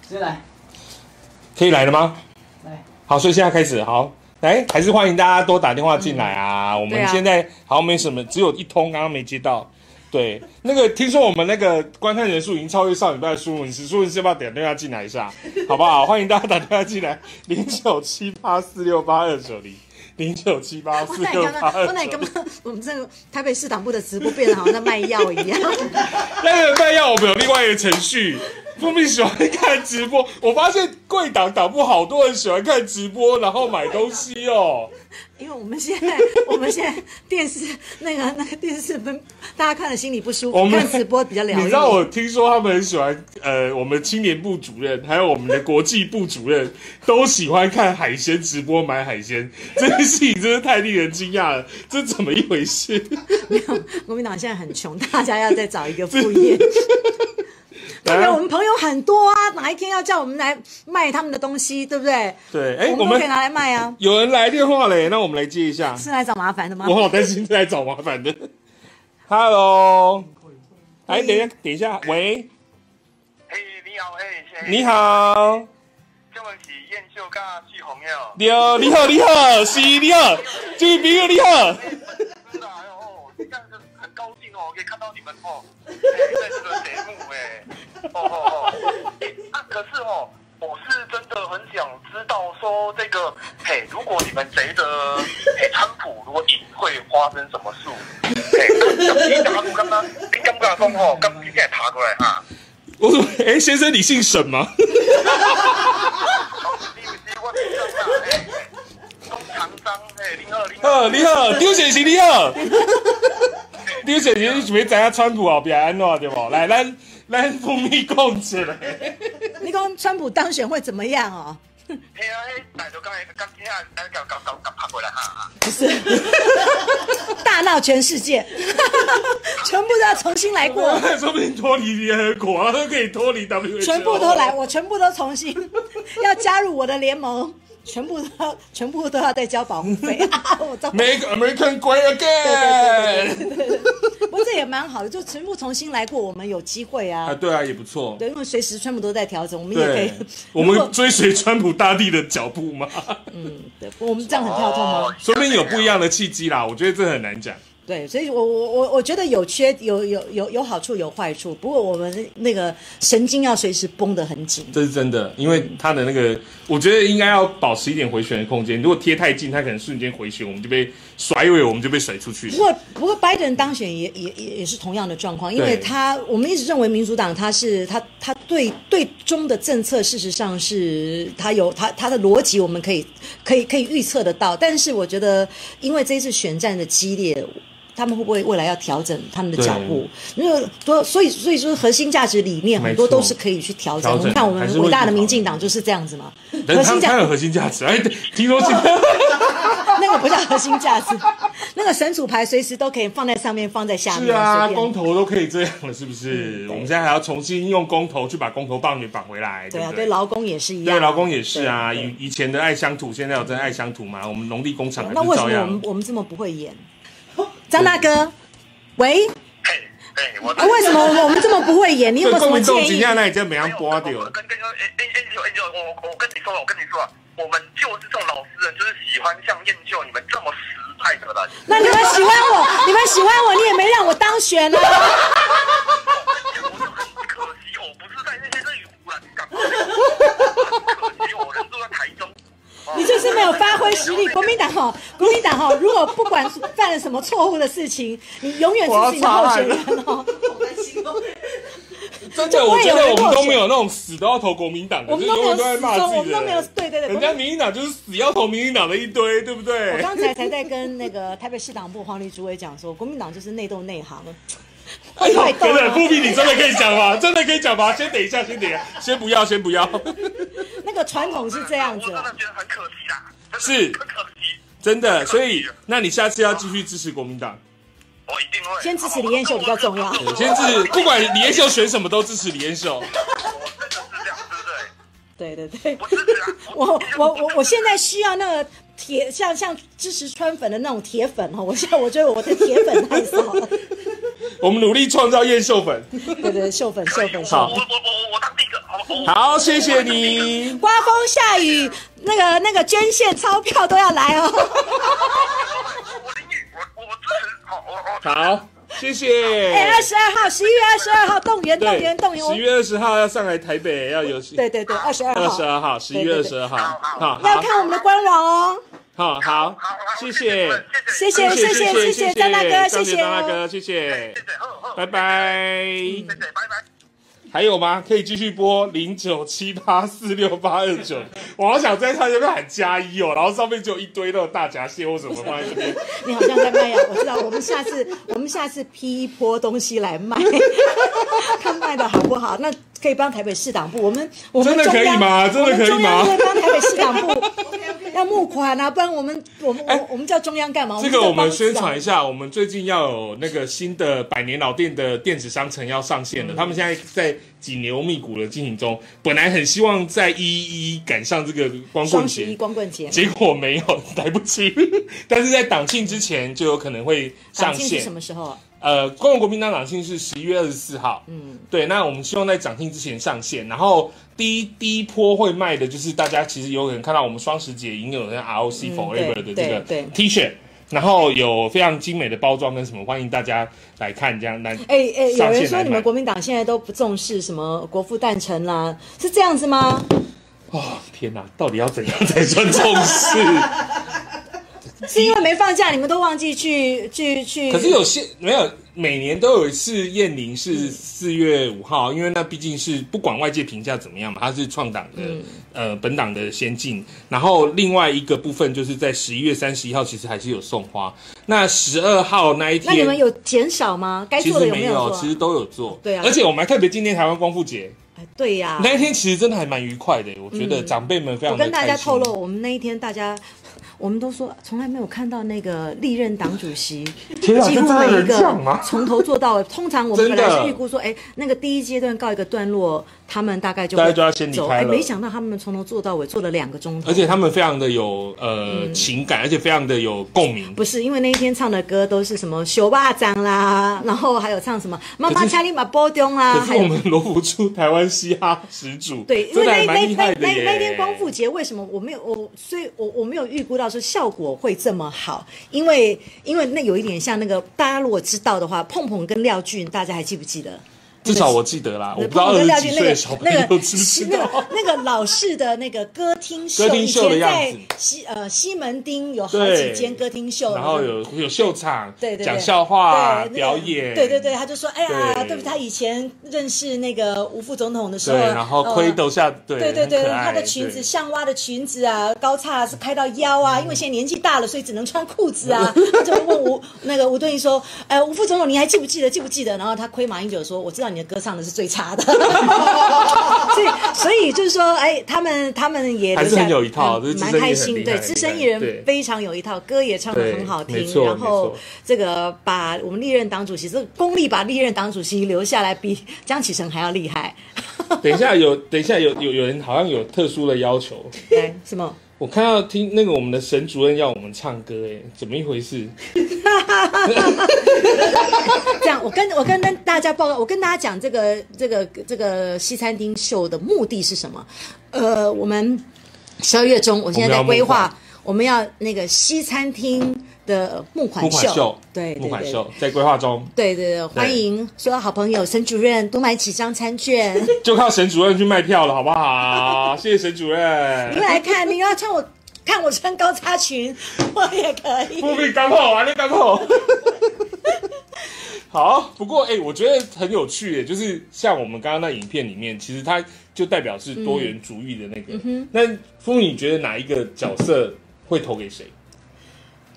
Speaker 3: 直接来，
Speaker 1: 可以来了吗？
Speaker 3: 来，
Speaker 1: 好，所以现在开始，好，来，还是欢迎大家多打电话进来啊。我
Speaker 8: 对
Speaker 1: 们
Speaker 8: 啊
Speaker 1: 现在好像没什么，只有一通刚刚没接到。对，那个听说我们那个观看人数已经超越上礼拜的苏文师，苏文师要不要打电话进来一下，好不好？欢迎大家打电话进来，零九七八四六八二九零，零九七八
Speaker 2: 我
Speaker 1: 四
Speaker 2: 奶
Speaker 1: 六
Speaker 2: 刚
Speaker 1: 八
Speaker 2: 刚，
Speaker 1: 二
Speaker 2: 我奶
Speaker 1: 九
Speaker 2: 刚
Speaker 1: 零。
Speaker 2: 刚， *laughs* 我们这个台北市党部的直播变得好像在卖药一 *laughs* 样。
Speaker 1: 那个卖药我们有另外一个程序，蜂蜜喜欢看直播。我发现贵党党部好多人喜欢看直播，然后买东西哦。
Speaker 2: 因为我们现在， *laughs* 我们现在电视那个那个电视分，大家看了心里不舒
Speaker 1: 我
Speaker 2: 服，
Speaker 1: 们
Speaker 2: 看直播比较疗愈。
Speaker 1: 你知道
Speaker 2: *laughs*
Speaker 1: 我听说他们很喜欢，呃，我们青年部主任还有我们的国际部主任都喜欢看海鲜直播买海鲜，这件事情真是太令人惊讶了，这怎么一回事？ *laughs*
Speaker 2: 没有，国民党现在很穷，大家要再找一个副业。
Speaker 1: 啊
Speaker 2: 代 *laughs* 表我们朋友很多啊，哪一天要叫我们来卖他们的东西，对不对？
Speaker 1: 对，哎，我
Speaker 2: 我们都
Speaker 1: 们
Speaker 2: 可以拿来卖啊，
Speaker 1: 有人来电话嘞，那我们来接一下。
Speaker 2: 是啊来找麻烦的吗？
Speaker 1: 我好担心是来找麻烦的。Hello，哎，等一下，等一下，喂，哎，你好，哎，
Speaker 10: 啊
Speaker 1: 你好，你好，你好，是，你好，这个朋友你好，
Speaker 10: 啊哦哎哦哎可是哦，我是真的很想知道说这个，嘿，如果你们觉得嘿川普如果赢会发生什么事？嘿，你打我干嘛？你敢不敢讲哦？刚你现在爬过来哈？
Speaker 1: 我说，哎，先生，你姓沈吗？好，你好，丢显是你好， *laughs* 丢显是你没知影川普后边安怎对不？来，咱咱蜂蜜讲起来。
Speaker 2: 你讲川普当选会怎么样哦？
Speaker 10: 嘿啊，嘿，大就刚才刚今下来搞搞搞搞爬过来哈？
Speaker 2: 不是，大闹全世界， *laughs* 全部都要重新来过，
Speaker 1: 说不定脱离联合国，他都可以脱离 WHO，
Speaker 2: *laughs* 全部都来，我全部都重新 *laughs* 要加入我的联盟，全部都要，全部都要再交保护 *laughs* 费。啊我糟糕
Speaker 1: Make American Great
Speaker 2: 对
Speaker 1: Again。
Speaker 2: 对对对对，不过这也蛮好的，就全部重新来过，我们有机会
Speaker 1: 啊，
Speaker 2: 啊。
Speaker 1: 对啊，也不错。
Speaker 2: 对，因为随时川普都在调整，我们也可以
Speaker 1: 对，，我们
Speaker 2: 如果
Speaker 1: 追随川普大帝的脚步嘛，
Speaker 2: 嗯，对，我们这样很跳痛吗？
Speaker 1: 说不定有不一样的契机啦。我觉得这很难讲。
Speaker 2: 对，所以我我我我觉得有缺有有有有好处有坏处，不过我们那个神经要随时绷得很紧。
Speaker 1: 这是真的，因为它的那个，我觉得应该要保持一点回旋的空间。如果贴太近，它可能瞬间回旋，我们就被甩尾，我们就被甩出去
Speaker 2: 不。过，不过，拜登当选也也也也是同样的状况，因为
Speaker 1: 对
Speaker 2: 他我们一直认为民主党他是他他对对中的政策，事实上是他有他他的逻辑，我们可以可以可以预测得到。但是我觉得，因为这一次选战的激烈，他们会不会未来要调整他们的脚步？因为多所以所以说核心价值理念
Speaker 1: 没错
Speaker 2: 很多都是可以去调
Speaker 1: 调
Speaker 2: 整。
Speaker 1: 整
Speaker 2: 我们看我
Speaker 1: 还是
Speaker 2: 们
Speaker 1: 会
Speaker 2: 伟大
Speaker 1: 去
Speaker 2: 的
Speaker 1: 调
Speaker 2: 民进党就是这
Speaker 1: *laughs*
Speaker 2: 样子嘛，
Speaker 1: 但
Speaker 2: 核
Speaker 1: 是它
Speaker 2: 心价
Speaker 1: 它有核心价值，哎，对听说是
Speaker 2: 那个不叫核心价值， *laughs* 那个神主牌随时都可以放在上面，放在下面。
Speaker 1: 是啊，
Speaker 2: 随便
Speaker 1: 公投都可以这样了，是不是？我们现在还要重新用公投去把公投棒给绑回来，
Speaker 2: 对
Speaker 1: 不
Speaker 2: 啊，对劳工也是一样。
Speaker 1: 对，劳工也是啊，以以前的爱乡土，现在有真爱乡土吗？我们农地工厂还
Speaker 2: 那
Speaker 1: 是
Speaker 2: 为什
Speaker 1: 照
Speaker 2: 么我
Speaker 1: 样
Speaker 2: 们。我们这么不会演？张大哥，喂，啊为什么
Speaker 1: *laughs*
Speaker 2: 我们这么不会演？你有没有什么建议？
Speaker 1: 啊那你这没样播掉？
Speaker 10: 我们就是这种老实人，就是喜欢像燕秀你们这么实在的人。
Speaker 2: 那你们喜欢我，你 *laughs* 们喜欢我，你也没让我当选啊！ *laughs* 你就是没有发挥实力，国民党哈，国民党哈，如果不管犯了什么错误的事情，你永远支持你的候选人哦。
Speaker 1: 真的，
Speaker 2: 就
Speaker 1: 我
Speaker 2: 会
Speaker 1: 觉
Speaker 2: 有
Speaker 1: 得
Speaker 2: 人
Speaker 1: 我
Speaker 2: 落
Speaker 1: 们都
Speaker 2: 选
Speaker 1: 没有那种死都要投国民党的，
Speaker 2: 我们
Speaker 1: 就是
Speaker 2: 都没有
Speaker 1: 永远都在骂自己的人，
Speaker 2: 死忠我们都没有对对对
Speaker 1: 人
Speaker 2: 国
Speaker 1: 家
Speaker 2: 民
Speaker 1: 民进党就是死要投民进党的一堆，对不对？
Speaker 2: 我刚才才在跟那个台北市党部黄立主委讲说，国民党就是内斗内行，
Speaker 1: 哎呦
Speaker 2: 快斗
Speaker 1: 等等，
Speaker 2: 啊！
Speaker 1: 布比，你真的可以讲吗？ *laughs* 真的可以讲吗？先等一下，先等一下，先不要，先不要， *laughs*
Speaker 2: 那个传统是这样子啦。
Speaker 1: 是，真的。所以，那你下次要继续支持国民党，
Speaker 2: 先支持李彦秀比较重要。
Speaker 1: 对先支持，不管李彦秀选什么都支持李彦秀。
Speaker 2: 对对对， *laughs* 我我我我现在需要那个铁，像像支持川粉的那种铁粉哦，我现在我觉得我的铁粉太少了。
Speaker 1: 我们努力创造彦秀粉。
Speaker 2: 对对，秀粉秀粉秀
Speaker 1: 好
Speaker 2: 粉。
Speaker 1: 好，谢谢你。
Speaker 2: 刮风下雨，那个那个捐献钞票都要来哦。
Speaker 1: 好，谢谢。
Speaker 2: 哎，二十二号，十一月二十二号，动员动员动员！
Speaker 1: 十一月二十号要上来台北，要有
Speaker 2: 对对对，二十二
Speaker 1: 二
Speaker 2: 号
Speaker 1: 十，二号，十一月二十二号，好，
Speaker 2: 要
Speaker 1: 好，
Speaker 2: 看我们的官网哦。
Speaker 1: 好，好，谢谢，
Speaker 2: 谢谢谢谢谢谢张大哥，谢谢
Speaker 1: 张大
Speaker 2: 哦。
Speaker 1: 哥，谢谢，拜拜，拜拜。还有吗？可以继续播零九七八四六八二九。 *laughs* 我好想在他这边喊加一哦，然后上面就有一堆那种大闸蟹或什么放在这
Speaker 2: *laughs*
Speaker 1: 边。
Speaker 2: 你好像在卖药，我知道。我们下次 *laughs* 我们下次批一波东西来卖， *laughs* 看卖的好不好？那可以帮台北市党部，我们我们
Speaker 1: 真的可以吗
Speaker 2: 中
Speaker 1: 真
Speaker 2: 央
Speaker 1: 的可以吗
Speaker 2: 我们中央会帮台北市党部，要募款啊，不然我们我们我我们叫中央干嘛？
Speaker 1: 哎这个我们
Speaker 2: 们是
Speaker 1: 宣
Speaker 2: 在帮
Speaker 1: 传一下，我们最近要有那个新的百年老店的电子商城要上线
Speaker 2: 嗯
Speaker 1: 了，他们现在在紧牛密鼓的进行中。本来很希望在一一赶上这个光棍
Speaker 2: 双十一
Speaker 1: 节，
Speaker 2: 光棍节，
Speaker 1: 结果没有，来不及。 *laughs* 但是在党庆之前就有可能会上
Speaker 2: 党庆是
Speaker 1: 线
Speaker 2: 什。么时候啊？
Speaker 1: 呃，中国国民党党庆是十一月二十四号，
Speaker 2: 嗯，
Speaker 1: 对，那我们希望在涨停之前上线，然后第一第一波会卖的就是大家其实有可能看到我们双十节已经有那 ROC
Speaker 2: 嗯
Speaker 1: Forever
Speaker 2: 对
Speaker 1: 的这个
Speaker 2: 对对
Speaker 1: T 恤，然后有非常精美的包装跟什么，欢迎大家来看这样来。
Speaker 2: 哎哎，有
Speaker 1: 上
Speaker 2: 人
Speaker 1: 线
Speaker 2: 说
Speaker 1: 来
Speaker 2: 你们
Speaker 1: 买
Speaker 2: 国民党现在都不重视什么国父诞辰啦，是这样子吗？
Speaker 1: 哦天哪，到底要怎样才算重视？
Speaker 2: 是因为没放假，你们都忘记去去去。
Speaker 1: *laughs* 可是有些没有，每年都有一次宴宁
Speaker 2: 嗯
Speaker 1: 是四月五号，因为那毕竟是不管外界评价怎么样嘛，它是创党的、
Speaker 2: 嗯
Speaker 1: 呃本党的先进。然后另外一个部分就是在十一月三十一号，其实还是有送花。那十二号那一
Speaker 2: 那
Speaker 1: 天，
Speaker 2: 你们有减少吗？该
Speaker 1: 其
Speaker 2: 做
Speaker 1: 实
Speaker 2: 的有
Speaker 1: 没
Speaker 2: 有
Speaker 1: 其
Speaker 2: 做
Speaker 1: 实？都有做。
Speaker 2: 对啊
Speaker 1: 而且我们还特别纪念台湾光复节、
Speaker 2: 对呀，
Speaker 1: 那一天，其实真的还蛮愉快的。我觉得
Speaker 2: 嗯
Speaker 1: 长辈们非
Speaker 2: 我
Speaker 1: 常的
Speaker 2: 跟大
Speaker 1: 开
Speaker 2: 家
Speaker 1: 心。
Speaker 2: 透露，我们那一天大家。我们都说从来没有看到那个历任党主席，
Speaker 1: 天啊
Speaker 2: 几
Speaker 1: 这真
Speaker 2: 乎
Speaker 1: 的
Speaker 2: 每一
Speaker 1: 能这样吗
Speaker 2: 个从头做到尾。通常我们
Speaker 1: 真
Speaker 2: 本
Speaker 1: 的
Speaker 2: 来是预估说，哎，那个第一阶段告一个段落，他们大概就
Speaker 1: 大
Speaker 2: 会
Speaker 1: 家就要先离
Speaker 2: 走
Speaker 1: 开
Speaker 2: 哎
Speaker 1: 了
Speaker 2: 没想到他们从头做到尾，做了两个钟头。
Speaker 1: 而且他们非常的有呃、
Speaker 2: 嗯
Speaker 1: 情感，而且非常的有共鸣。
Speaker 2: 不是因为那一天唱的歌都是什么“小巴掌”啦，然后还有唱什么“妈妈
Speaker 1: 可是
Speaker 2: 掐你马波中”啦，
Speaker 1: 可
Speaker 2: 啊还
Speaker 1: 是我
Speaker 2: 有
Speaker 1: 们罗浮出台湾嘻哈始祖，
Speaker 2: 对，因
Speaker 1: 真
Speaker 2: 为
Speaker 1: 的
Speaker 2: 那
Speaker 1: 还蛮
Speaker 2: 那
Speaker 1: 厉
Speaker 2: 那
Speaker 1: 害的
Speaker 2: 那
Speaker 1: 耶。
Speaker 2: 那天光复节为什么我没有我，所以我我没有预估到说效果会这么好，因为因为那有一点像那个大家如果知道的话，碰碰跟廖俊，大家还记不记得？
Speaker 1: 至少我记得啦，我不知道
Speaker 2: 碰
Speaker 1: 二
Speaker 2: 碰跟廖
Speaker 1: 十几岁
Speaker 2: 俊那
Speaker 1: 的
Speaker 2: 个
Speaker 1: 小朋
Speaker 2: 那
Speaker 1: 友
Speaker 2: 个
Speaker 1: 知不知
Speaker 2: 那
Speaker 1: 道。
Speaker 2: 个那个老式的那个歌厅秀，
Speaker 1: 歌厅秀的
Speaker 2: 以前
Speaker 1: 样
Speaker 2: 在
Speaker 1: 子
Speaker 2: 西呃西门町有好
Speaker 1: 对
Speaker 2: 几间歌厅
Speaker 1: *laughs*
Speaker 2: 秀，
Speaker 1: 然后有有秀场，
Speaker 2: 对对对
Speaker 1: 讲笑话啊
Speaker 2: 对那个
Speaker 1: 表演，
Speaker 2: 对对对，他就说，哎呀，
Speaker 1: 对
Speaker 2: 对不起，他以前认识那个吴副总统的时
Speaker 1: 对，
Speaker 2: 候，
Speaker 1: 然后
Speaker 2: 呃
Speaker 1: 盔斗下，对
Speaker 2: 对对
Speaker 1: 很
Speaker 2: 对，
Speaker 1: 可爱
Speaker 2: 她的裙子
Speaker 1: 对
Speaker 2: 像蛙的裙子啊，高叉是开到腰啊，
Speaker 1: 嗯
Speaker 2: 因为现在年纪大了，所以只能穿裤
Speaker 1: *laughs*
Speaker 2: 子啊。他就问吴那个吴敦义说：“哎，吴副总统，你还记不记得？记不记得？”然后他亏马英九说：“我知道你的歌唱的是最差
Speaker 1: *laughs*
Speaker 2: 的。”所以所以就是说，哎，他们他们也
Speaker 1: 还是
Speaker 2: 留下
Speaker 1: 很有一套
Speaker 2: 嗯
Speaker 1: 就是资
Speaker 2: 蛮
Speaker 1: 深艺
Speaker 2: 开
Speaker 1: 人很
Speaker 2: 心。
Speaker 1: 厉害
Speaker 2: 对，
Speaker 1: 很
Speaker 2: 资
Speaker 1: 厉
Speaker 2: 深
Speaker 1: 害
Speaker 2: 艺人
Speaker 1: 对
Speaker 2: 非常有一套，歌也唱的
Speaker 1: 对
Speaker 2: 很好
Speaker 1: 没
Speaker 2: 听，
Speaker 1: 错
Speaker 2: 然
Speaker 1: 没
Speaker 2: 后
Speaker 1: 错
Speaker 2: 这个把我们历任党主席，这个功力把历任党主席留下来，比江启臣还要厉害。
Speaker 1: 等一下有，等一下有有有人好像有特殊的要求，
Speaker 2: 来， *laughs* 什么？
Speaker 1: 我看到听那个我们的沈主任要我们唱歌，哎，怎么一回事？
Speaker 2: 这样，我跟我跟大家报告，我跟大家讲这个这个这个西餐厅秀的目的是什么？呃，我们十二月中，我现在在规划，我们要那个西餐厅的募款
Speaker 1: 募款秀，
Speaker 2: 对，对
Speaker 1: 募款。
Speaker 2: 对
Speaker 1: 秀在规划中，
Speaker 2: 对对对，欢迎所有好朋友，沈主任多买几张餐券，
Speaker 1: 就靠沈主任去卖票了，好不好？谢谢沈主任。
Speaker 2: 你们来看，你们要穿我看我穿高叉裙，我也可以。
Speaker 1: 不必当炮啊，你当炮。 *laughs* 好，不过哎、欸我觉得很有趣耶，就是像我们刚刚那影片里面，其实它就代表是多元主义的那个。
Speaker 2: 嗯
Speaker 1: 那风你觉得哪一个角色会投给谁？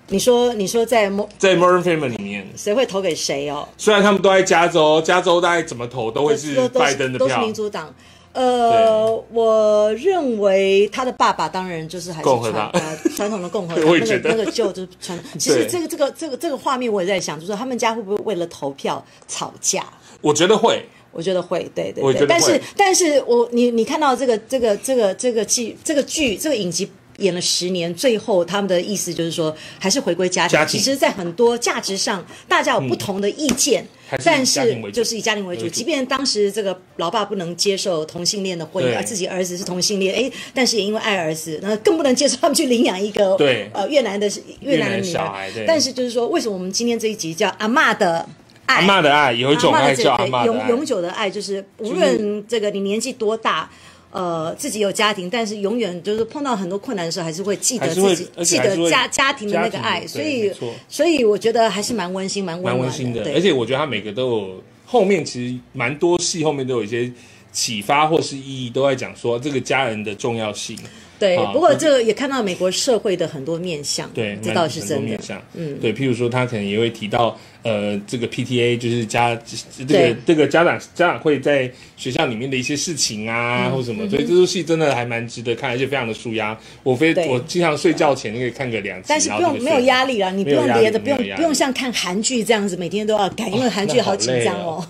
Speaker 2: 你说你说在某
Speaker 1: 在 Modern Family 里面，
Speaker 2: 谁会投给谁哦？
Speaker 1: 虽然他们都在加州，加州大概怎么投都会是
Speaker 2: 都都
Speaker 1: 拜登的
Speaker 2: 都是
Speaker 1: 票
Speaker 2: 民，主党。呃，我认为他的爸爸当然就是还是
Speaker 1: 共和
Speaker 2: 传
Speaker 1: 党
Speaker 2: 呃传统的共和党，
Speaker 1: *laughs* 我也
Speaker 2: 那
Speaker 1: 觉
Speaker 2: 个
Speaker 1: 得
Speaker 2: 那个旧就是传。其实
Speaker 1: 对
Speaker 2: 这个这个这个这个画面我也在想，就是说他们家会不会为了投票吵架？
Speaker 1: 我觉得会。
Speaker 2: 我觉得会，对对
Speaker 1: 我也觉得
Speaker 2: 对。但
Speaker 1: 会
Speaker 2: 是但是我你你看到这个这个这个这个剧这个剧这个影集。演了十年，最后他们的意思就是说，还是回归家庭。
Speaker 1: 家庭
Speaker 2: 其实，在很多价值上，大家有不同的意见，
Speaker 1: 嗯还是以
Speaker 2: 但
Speaker 1: 家
Speaker 2: 是
Speaker 1: 庭为主
Speaker 2: 就是以家庭为主。
Speaker 1: 为主
Speaker 2: 即便当时这个老爸不能接受同性恋的婚
Speaker 1: 对
Speaker 2: 姻，而自己儿子是同性恋，哎，但是也因为爱儿子，那更不能接受他们去领养一个
Speaker 1: 对
Speaker 2: 呃越南的
Speaker 1: 越
Speaker 2: 越南的
Speaker 1: 南
Speaker 2: 女
Speaker 1: 小孩
Speaker 2: 孩
Speaker 1: 对。
Speaker 2: 但是就是说，为什么我们今天这一集叫阿嬷的爱？
Speaker 1: 阿嬷的爱有一种爱叫阿嬷的
Speaker 2: 永
Speaker 1: 爱
Speaker 2: 永，久的爱，就是无
Speaker 1: 就
Speaker 2: 论这个你年纪多大。呃，自己有家庭，但是永远就是碰到很多困难的时候，还是会记
Speaker 1: 还
Speaker 2: 得
Speaker 1: 是
Speaker 2: 自
Speaker 1: 会
Speaker 2: 己
Speaker 1: 而
Speaker 2: 记
Speaker 1: 且还是
Speaker 2: 得
Speaker 1: 会
Speaker 2: 家家庭的那个爱，
Speaker 1: 家庭
Speaker 2: 所
Speaker 1: 对
Speaker 2: 以
Speaker 1: 没错
Speaker 2: 所以我觉得还是蛮温馨、蛮温
Speaker 1: 蛮
Speaker 2: 暖
Speaker 1: 温馨的。
Speaker 2: 对
Speaker 1: 而且我觉得他每个都有后面其实蛮多戏，后面都有一些启发或是意义，都在讲说这个家人的重要性。
Speaker 2: 对
Speaker 1: 啊，
Speaker 2: 不过这个也看到美国社会的很多面相，
Speaker 1: 对，
Speaker 2: 这倒是
Speaker 1: 蛮多
Speaker 2: 真的
Speaker 1: 面。向，
Speaker 2: 嗯
Speaker 1: 对，譬如说他可能也会提到，呃，这个 PTA 就是家这个
Speaker 2: 对
Speaker 1: 这个家长家长会在学校里面的一些事情啊，
Speaker 2: 嗯
Speaker 1: 或什么，
Speaker 2: 嗯哼
Speaker 1: 所以这出戏真的还蛮值得看，而且非常的舒压。我非
Speaker 2: 对
Speaker 1: 我经常睡觉前可以看个两集，
Speaker 2: 但是
Speaker 1: 然
Speaker 2: 不
Speaker 1: 后
Speaker 2: 用
Speaker 1: 就
Speaker 2: 没
Speaker 1: 睡
Speaker 2: 有
Speaker 1: 了
Speaker 2: 压力了，你不
Speaker 1: 没有
Speaker 2: 用
Speaker 1: 压
Speaker 2: 别
Speaker 1: 力
Speaker 2: 的，不用
Speaker 1: 没有压
Speaker 2: 不用
Speaker 1: 力哦
Speaker 2: 像看韩剧这样子每天都要赶，因为韩剧
Speaker 1: 那好
Speaker 2: 好紧张
Speaker 1: 累
Speaker 2: 哦。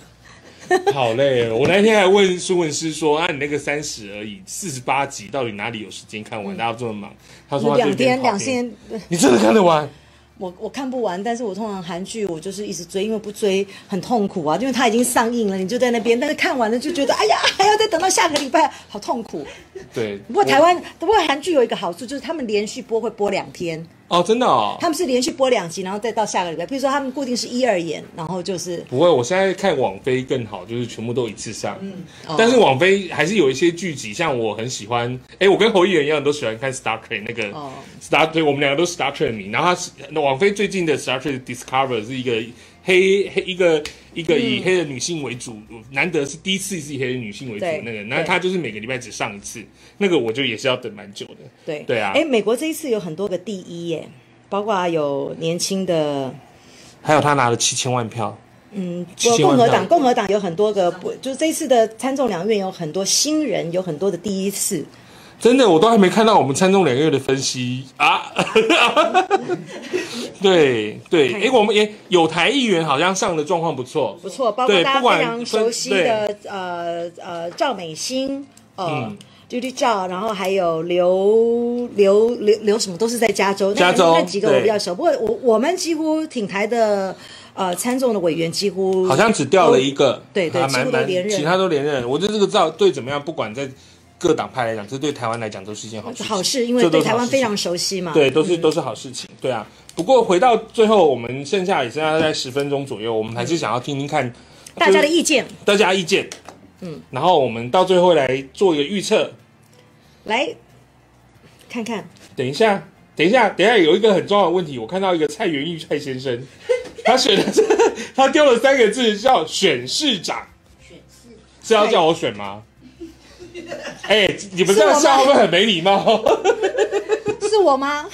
Speaker 1: *laughs* 好累哦。我那天还问苏文师说：“啊，你那个三十而已，四十八集到底哪里有时间看完？大家都这么忙。”他哦说他
Speaker 2: 两
Speaker 1: 这边
Speaker 2: 天
Speaker 1: 跑
Speaker 2: 嗯两
Speaker 1: 遍
Speaker 2: 天，
Speaker 1: 你真的看得完？
Speaker 2: 我我看不完，但是我通常韩剧我就是一直追，因为不追很痛苦啊，因为它已经上映了，你就在那边，但是看完了就觉得哎呀，还要再等到下个礼拜，好痛苦。
Speaker 1: 对，
Speaker 2: 不过台湾，不过韩剧有一个好处就是他们连续播会播两天，
Speaker 1: 哦，真的哦，
Speaker 2: 他们是连续播两集，然后再到下个礼拜。比如说他们固定是一二演，然后就是
Speaker 1: 不会，我现在看网飞更好，就是全部都一次上。
Speaker 2: 哦
Speaker 1: 但是网飞还是有一些剧集，像我很喜欢，哎，我跟侯艺人一样都喜欢看 Star Trek 那个、
Speaker 2: 哦
Speaker 1: Star Trek，我们两个都是 Star Trek 迷。然后他是网飞最近的 Star Trek Discover 是一个黑黑一个一个以
Speaker 2: 嗯
Speaker 1: 黑人女性为主，难得是第一次是以黑人女性为主
Speaker 2: 对
Speaker 1: 那个，
Speaker 2: 对
Speaker 1: 那他就是每个礼拜只上一次，那个我就也是要等蛮久的。
Speaker 2: 对
Speaker 1: 对啊
Speaker 2: 哎，美国这一次有很多个第一耶，包括有年轻的。
Speaker 1: 还有他拿了七千万票，
Speaker 2: 嗯，
Speaker 1: 七
Speaker 2: 不
Speaker 1: 千万
Speaker 2: 共和
Speaker 1: 票
Speaker 2: 党，共和党有很多个不，就是这一次的参众两院有很多新人，有很多的第一次。
Speaker 1: 真的，我都还没看到我们参众两院的分析
Speaker 2: *laughs*
Speaker 1: 啊。对对，哎、我们也有台议员好像上的状况不错，
Speaker 2: 不错，包括
Speaker 1: 对
Speaker 2: 大
Speaker 1: 不
Speaker 2: 家
Speaker 1: 管
Speaker 2: 非常熟
Speaker 1: 分
Speaker 2: 悉
Speaker 1: 对
Speaker 2: 的呃呃赵美心，呃
Speaker 1: 嗯
Speaker 2: Judy 赵，然后还有刘刘刘刘什么都是在加州，那
Speaker 1: 加州
Speaker 2: 那几个我
Speaker 1: 对
Speaker 2: 比较熟。不过我我们几乎挺台的呃参众的委员几乎
Speaker 1: 嗯好像只掉了一个，
Speaker 2: 对对
Speaker 1: 还
Speaker 2: 几
Speaker 1: 蛮
Speaker 2: 乎都
Speaker 1: 蛮，
Speaker 2: 连任
Speaker 1: 其他都连任。我觉得这个照对怎么样，不管在各党派来讲，这对台湾来讲都是一件好事情。
Speaker 2: 好事，因啊嗯为
Speaker 1: 这都
Speaker 2: 对
Speaker 1: 是
Speaker 2: 台
Speaker 1: 好
Speaker 2: 湾
Speaker 1: 事
Speaker 2: 非
Speaker 1: 情
Speaker 2: 常熟悉嘛。
Speaker 1: 对，都是都是好事情，对啊。不过回到最后，我们剩下也剩下在十分钟左右，我们还是想要听听看
Speaker 2: 大家的意见，
Speaker 1: 大家意见，
Speaker 2: 嗯，
Speaker 1: 然后我们到最后来做一个预测，
Speaker 2: 来看看
Speaker 1: 等一下，等一下，等一下，有一个很重要的问题，我看到一个蔡元玉蔡先 *laughs* 生，他选的是他丢了三个字叫选市长，选市是要叫我选吗？哎、你们这样笑会不会很没礼貌？
Speaker 2: *laughs* 是我吗？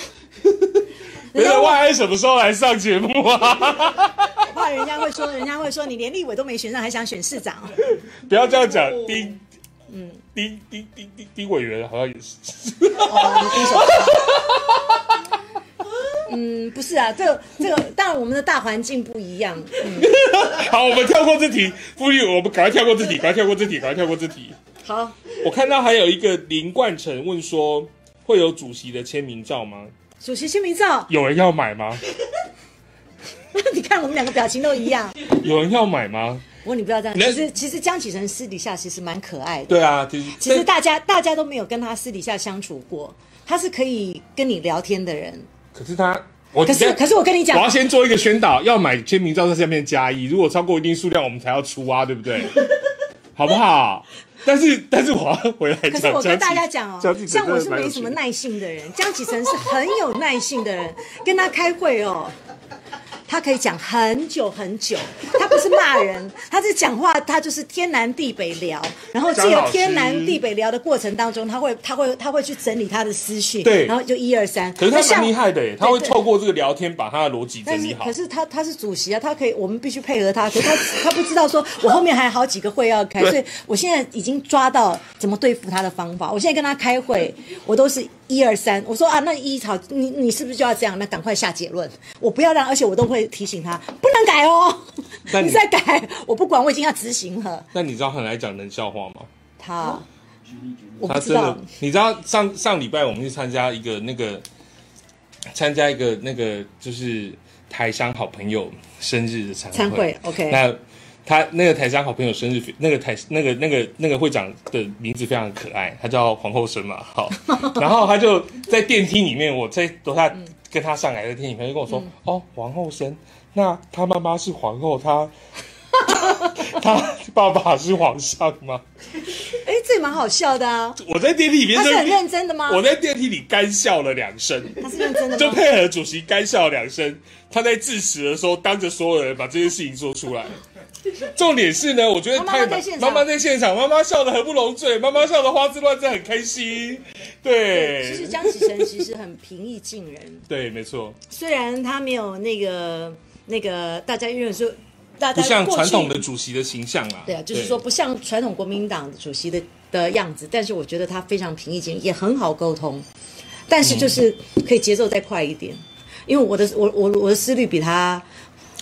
Speaker 1: 等等，万安什么时候来上节目 *laughs* 啊？
Speaker 2: 我怕人家会说，人家会说你连立委都没选上，还想选市长？
Speaker 1: 不要这样讲，丁
Speaker 2: 嗯，
Speaker 1: 丁丁丁丁丁委员好像也是， *laughs*
Speaker 2: 嗯，不是啊，这个这个，当然我们的大环境不一样。嗯，
Speaker 1: 好，我们跳过这题，不如我们赶快跳过这题，赶快跳过这题，赶快跳过这题。
Speaker 2: 好，
Speaker 1: 我看到还有一个林冠成问说，会有主席的签名照吗？
Speaker 2: 主席签名照，
Speaker 1: 有人要买吗？
Speaker 2: *laughs* 你看我们两个表情都一样。
Speaker 1: 有人要买吗？
Speaker 2: 不过你不要这样，
Speaker 1: 那
Speaker 2: 其实其实江启臣私底下其实蛮可爱的，
Speaker 1: 对啊，其实
Speaker 2: 其实大家大家都没有跟他私底下相处过，他是可以跟你聊天的人。
Speaker 1: 可是他，我
Speaker 2: 可是可是我跟你讲
Speaker 1: 我要先做一个宣导，要买签名照在下面加一，如果超过一定数量，我们才要出啊，对不对？好不好？但是但是我要回来讲，
Speaker 2: 可是我跟大家讲
Speaker 1: 江
Speaker 2: 哦
Speaker 1: 启，
Speaker 2: 像我是
Speaker 1: 江启臣真的蛮有
Speaker 2: 没
Speaker 1: 趣
Speaker 2: 什
Speaker 1: 的
Speaker 2: 么耐性的人，江启臣是很有耐性的人，跟他开会哦。他可以讲很久很久，他不是骂人，他是讲话，他就是天南地北聊，然后借
Speaker 1: 张
Speaker 2: 由
Speaker 1: 老师
Speaker 2: 天南地北聊的过程当中，他会他会他会去整理他的思绪，
Speaker 1: 对
Speaker 2: 然后就一二三。
Speaker 1: 可是
Speaker 2: 那
Speaker 1: 他
Speaker 2: 像
Speaker 1: 蛮厉害的耶，他会
Speaker 2: 对对
Speaker 1: 透过这个聊天把他的逻辑
Speaker 2: 但
Speaker 1: 整
Speaker 2: 是
Speaker 1: 理好
Speaker 2: 可。是他他是主席啊，他可以，我们必须配合他。可是他他不知道说，我后面还有好几个会要开，
Speaker 1: 对
Speaker 2: 所以我现在已经抓到怎么对付他的方法。我现在跟他开会，我都是一二三，我说啊，那一好，你你是不是就要这样？那赶快下结论，我不要让，而且我都会提醒他不能改哦，
Speaker 1: 但
Speaker 2: 你
Speaker 1: 你
Speaker 2: 再改我不管，我已经要执行了。
Speaker 1: 那你知道很来讲冷笑话吗？
Speaker 2: 他我
Speaker 1: 他
Speaker 2: 不知
Speaker 1: 真的
Speaker 2: 道，，
Speaker 1: 你知道上上礼拜我们去参加一个那个参加一个那个就是台商好朋友生日的餐
Speaker 2: 参会，OK
Speaker 1: 那他那个台商好朋友生日，那个台那个那个那个会长的名字非常可爱，他叫皇后生嘛，
Speaker 2: *laughs*
Speaker 1: 好，然后他就在电梯里面，我在楼下跟他上来的电梯里面，他就跟我
Speaker 2: 嗯
Speaker 1: 说，哦，皇后生，那他妈妈是皇后，他 *laughs* 他爸爸是皇上吗？
Speaker 2: 哎，这也蛮好笑的啊。
Speaker 1: 我在电梯里面
Speaker 2: 他是
Speaker 1: 就
Speaker 2: 很认真的吗？
Speaker 1: *laughs* 我在电梯里干笑了两声，
Speaker 2: 他是认真的
Speaker 1: 就
Speaker 2: 吗？
Speaker 1: 配合主席干笑两声。他在致辞的时候，当着所有人把这件事情说出来，重点是呢，我觉得
Speaker 2: 妈妈
Speaker 1: 太
Speaker 2: 在现
Speaker 1: 妈
Speaker 2: 场
Speaker 1: 妈在现场，妈妈笑得合不拢嘴，妈妈笑得花枝乱颤，很开心。对，
Speaker 2: 其实江启臣其实很平易近人，
Speaker 1: 对，没错，
Speaker 2: 虽然他没有那个那个大家因为说大
Speaker 1: 不
Speaker 2: 家
Speaker 1: 像
Speaker 2: 过
Speaker 1: 传
Speaker 2: 去
Speaker 1: 统的主席的形象啦。
Speaker 2: 对啊，就是说不像传统国民党主席的的样子，但是我觉得他非常平易近人，也很好沟通，但是就是
Speaker 1: 嗯
Speaker 2: 可以节奏再快一点，因为我的我我我的思虑比他，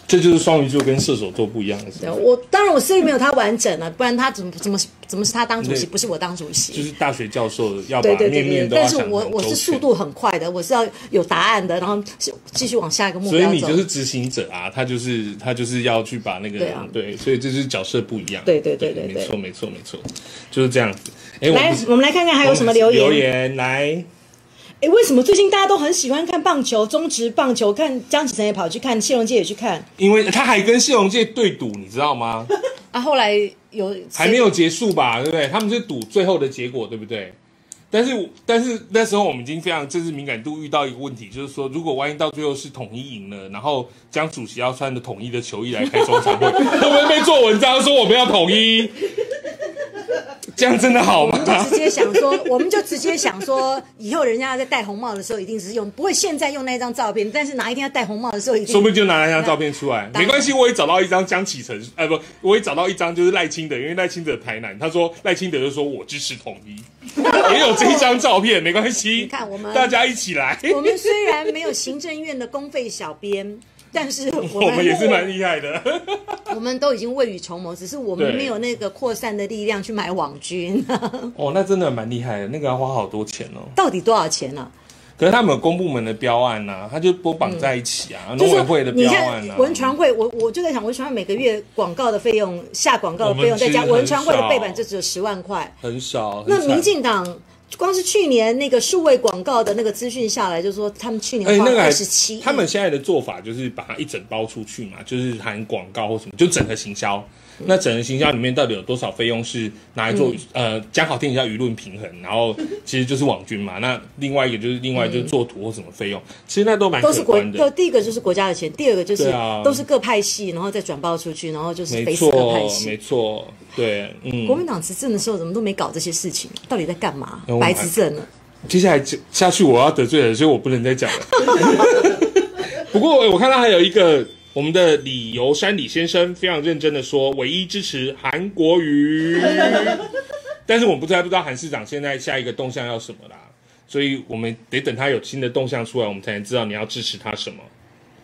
Speaker 1: 这就是双鱼座跟射手座不一样的地
Speaker 2: 对
Speaker 1: 方，
Speaker 2: 我当然我思虑没有他完整啊，不然他怎么怎么怎么是他当主席，
Speaker 1: 对
Speaker 2: 不是我当主席，
Speaker 1: 就是大学教授要把
Speaker 2: 对对对
Speaker 1: 面
Speaker 2: 对
Speaker 1: 面
Speaker 2: 对，
Speaker 1: 都要
Speaker 2: 但是
Speaker 1: 想得
Speaker 2: 我
Speaker 1: 很
Speaker 2: 我
Speaker 1: 周
Speaker 2: 是速
Speaker 1: 全。
Speaker 2: 度很快的，我是要有答案的，然后是继续往下一个目
Speaker 1: 所
Speaker 2: 标
Speaker 1: 以
Speaker 2: 走。
Speaker 1: 你就是执行者啊，他就是他就是要去把那个
Speaker 2: 对啊
Speaker 1: 所以这就是角色不一样。
Speaker 2: 对对对对
Speaker 1: 没
Speaker 2: 对
Speaker 1: 错没错没错，就是这样子。哎，
Speaker 2: 来
Speaker 1: 不是
Speaker 2: 我们来看看还有什么留言
Speaker 1: 留言来，
Speaker 2: 哎，为什么最近大家都很喜欢看棒球、中职棒球？看江启臣也跑去看，谢龙介也去看
Speaker 1: 因为他还跟谢龙介对赌，你知道吗？
Speaker 2: 啊。后来有
Speaker 1: 还没有结束吧，对不对？他们是赌最后的结果，对不对？但是，但是那时候我们已经非常政治敏感度遇到一个问题，就是说，如果万一到最后是统一赢了，然后将主席要穿着统一的球衣来开中场会， *laughs* 会不会被做文章说我们要统一？这样真的好吗？
Speaker 2: *laughs* 就直接想说，我们就直接想说，以后人家在戴红帽的时候，一定是用不会现在用那张照片，但是哪一天要戴红帽的时候，一定
Speaker 1: 说不定就拿那张照片出来，没关系，我也找到一张江启臣，哎、不，我也找到一张就是赖清德，因为赖清德台南，他说赖清德就说我支持统
Speaker 2: *laughs*
Speaker 1: 一，也有这一张照片，没关系，你
Speaker 2: 看我们
Speaker 1: 大家一起来，
Speaker 2: 我们虽然没有行政院的公费小
Speaker 1: *laughs*
Speaker 2: 编，但是我们
Speaker 1: 我们也是蛮厉害的，
Speaker 2: *laughs* 我们都已经未雨绸缪，只是我们
Speaker 1: 对
Speaker 2: 没有那个扩散的力量去买网军。 *laughs*
Speaker 1: 哦，那真的蛮厉害的，那个要花好多钱哦。
Speaker 2: 到底多少钱啊呢、
Speaker 1: 可是他们有公部门的标案呐、啊，他就都绑在一起啊，
Speaker 2: 啊？
Speaker 1: 农
Speaker 2: 是
Speaker 1: 委会的
Speaker 2: 你
Speaker 1: 标案啊
Speaker 2: 看，文传会，我我就在想，文传会每个月广告的费用、下广告的费
Speaker 1: 我
Speaker 2: 用，
Speaker 1: 们其
Speaker 2: 再
Speaker 1: 实
Speaker 2: 加文传会的
Speaker 1: 很少
Speaker 2: 背板，就只有十万块。
Speaker 1: 很少，
Speaker 2: 那
Speaker 1: 很少
Speaker 2: 民进党光是去年那个数位广告的那个资讯下来，就说他们去
Speaker 1: 哎、
Speaker 2: 年花
Speaker 1: 那个
Speaker 2: 了
Speaker 1: 还
Speaker 2: 二十七，
Speaker 1: 他们现在的做法就是把它一整包出去嘛，就是含广告或什么，就整合行销。那整合行销里面到底有多少费用是拿来做、
Speaker 2: 嗯
Speaker 1: 呃讲好听一下舆论平衡，然后其实就是网军嘛。 *laughs* 那另外一个就是另外就是做图或什么费用，其实那都蛮
Speaker 2: 都是
Speaker 1: 可
Speaker 2: 国
Speaker 1: 观，
Speaker 2: 都
Speaker 1: 的。
Speaker 2: 第一个就是国家的钱，第二个就是、
Speaker 1: 对啊
Speaker 2: 都是各派系，然后再转包出去，然后就是
Speaker 1: 没
Speaker 2: 肥死各
Speaker 1: 错
Speaker 2: 派，
Speaker 1: 没
Speaker 2: 系。
Speaker 1: 错，对，嗯。
Speaker 2: 国民党执政的时候怎么都没搞这些事情，到底在干嘛
Speaker 1: 嗯？
Speaker 2: 白执政了。
Speaker 1: 接下来就下去我要得罪人，所以我不能再讲了。不过我看到还有一个我们的李游山李先生非常认真的说，唯一支持韩国瑜，但是我不知道不知道韩市长现在下一个动向要什么啦，所以我们得等他有新的动向出来，我们才能知道你要支持他什么。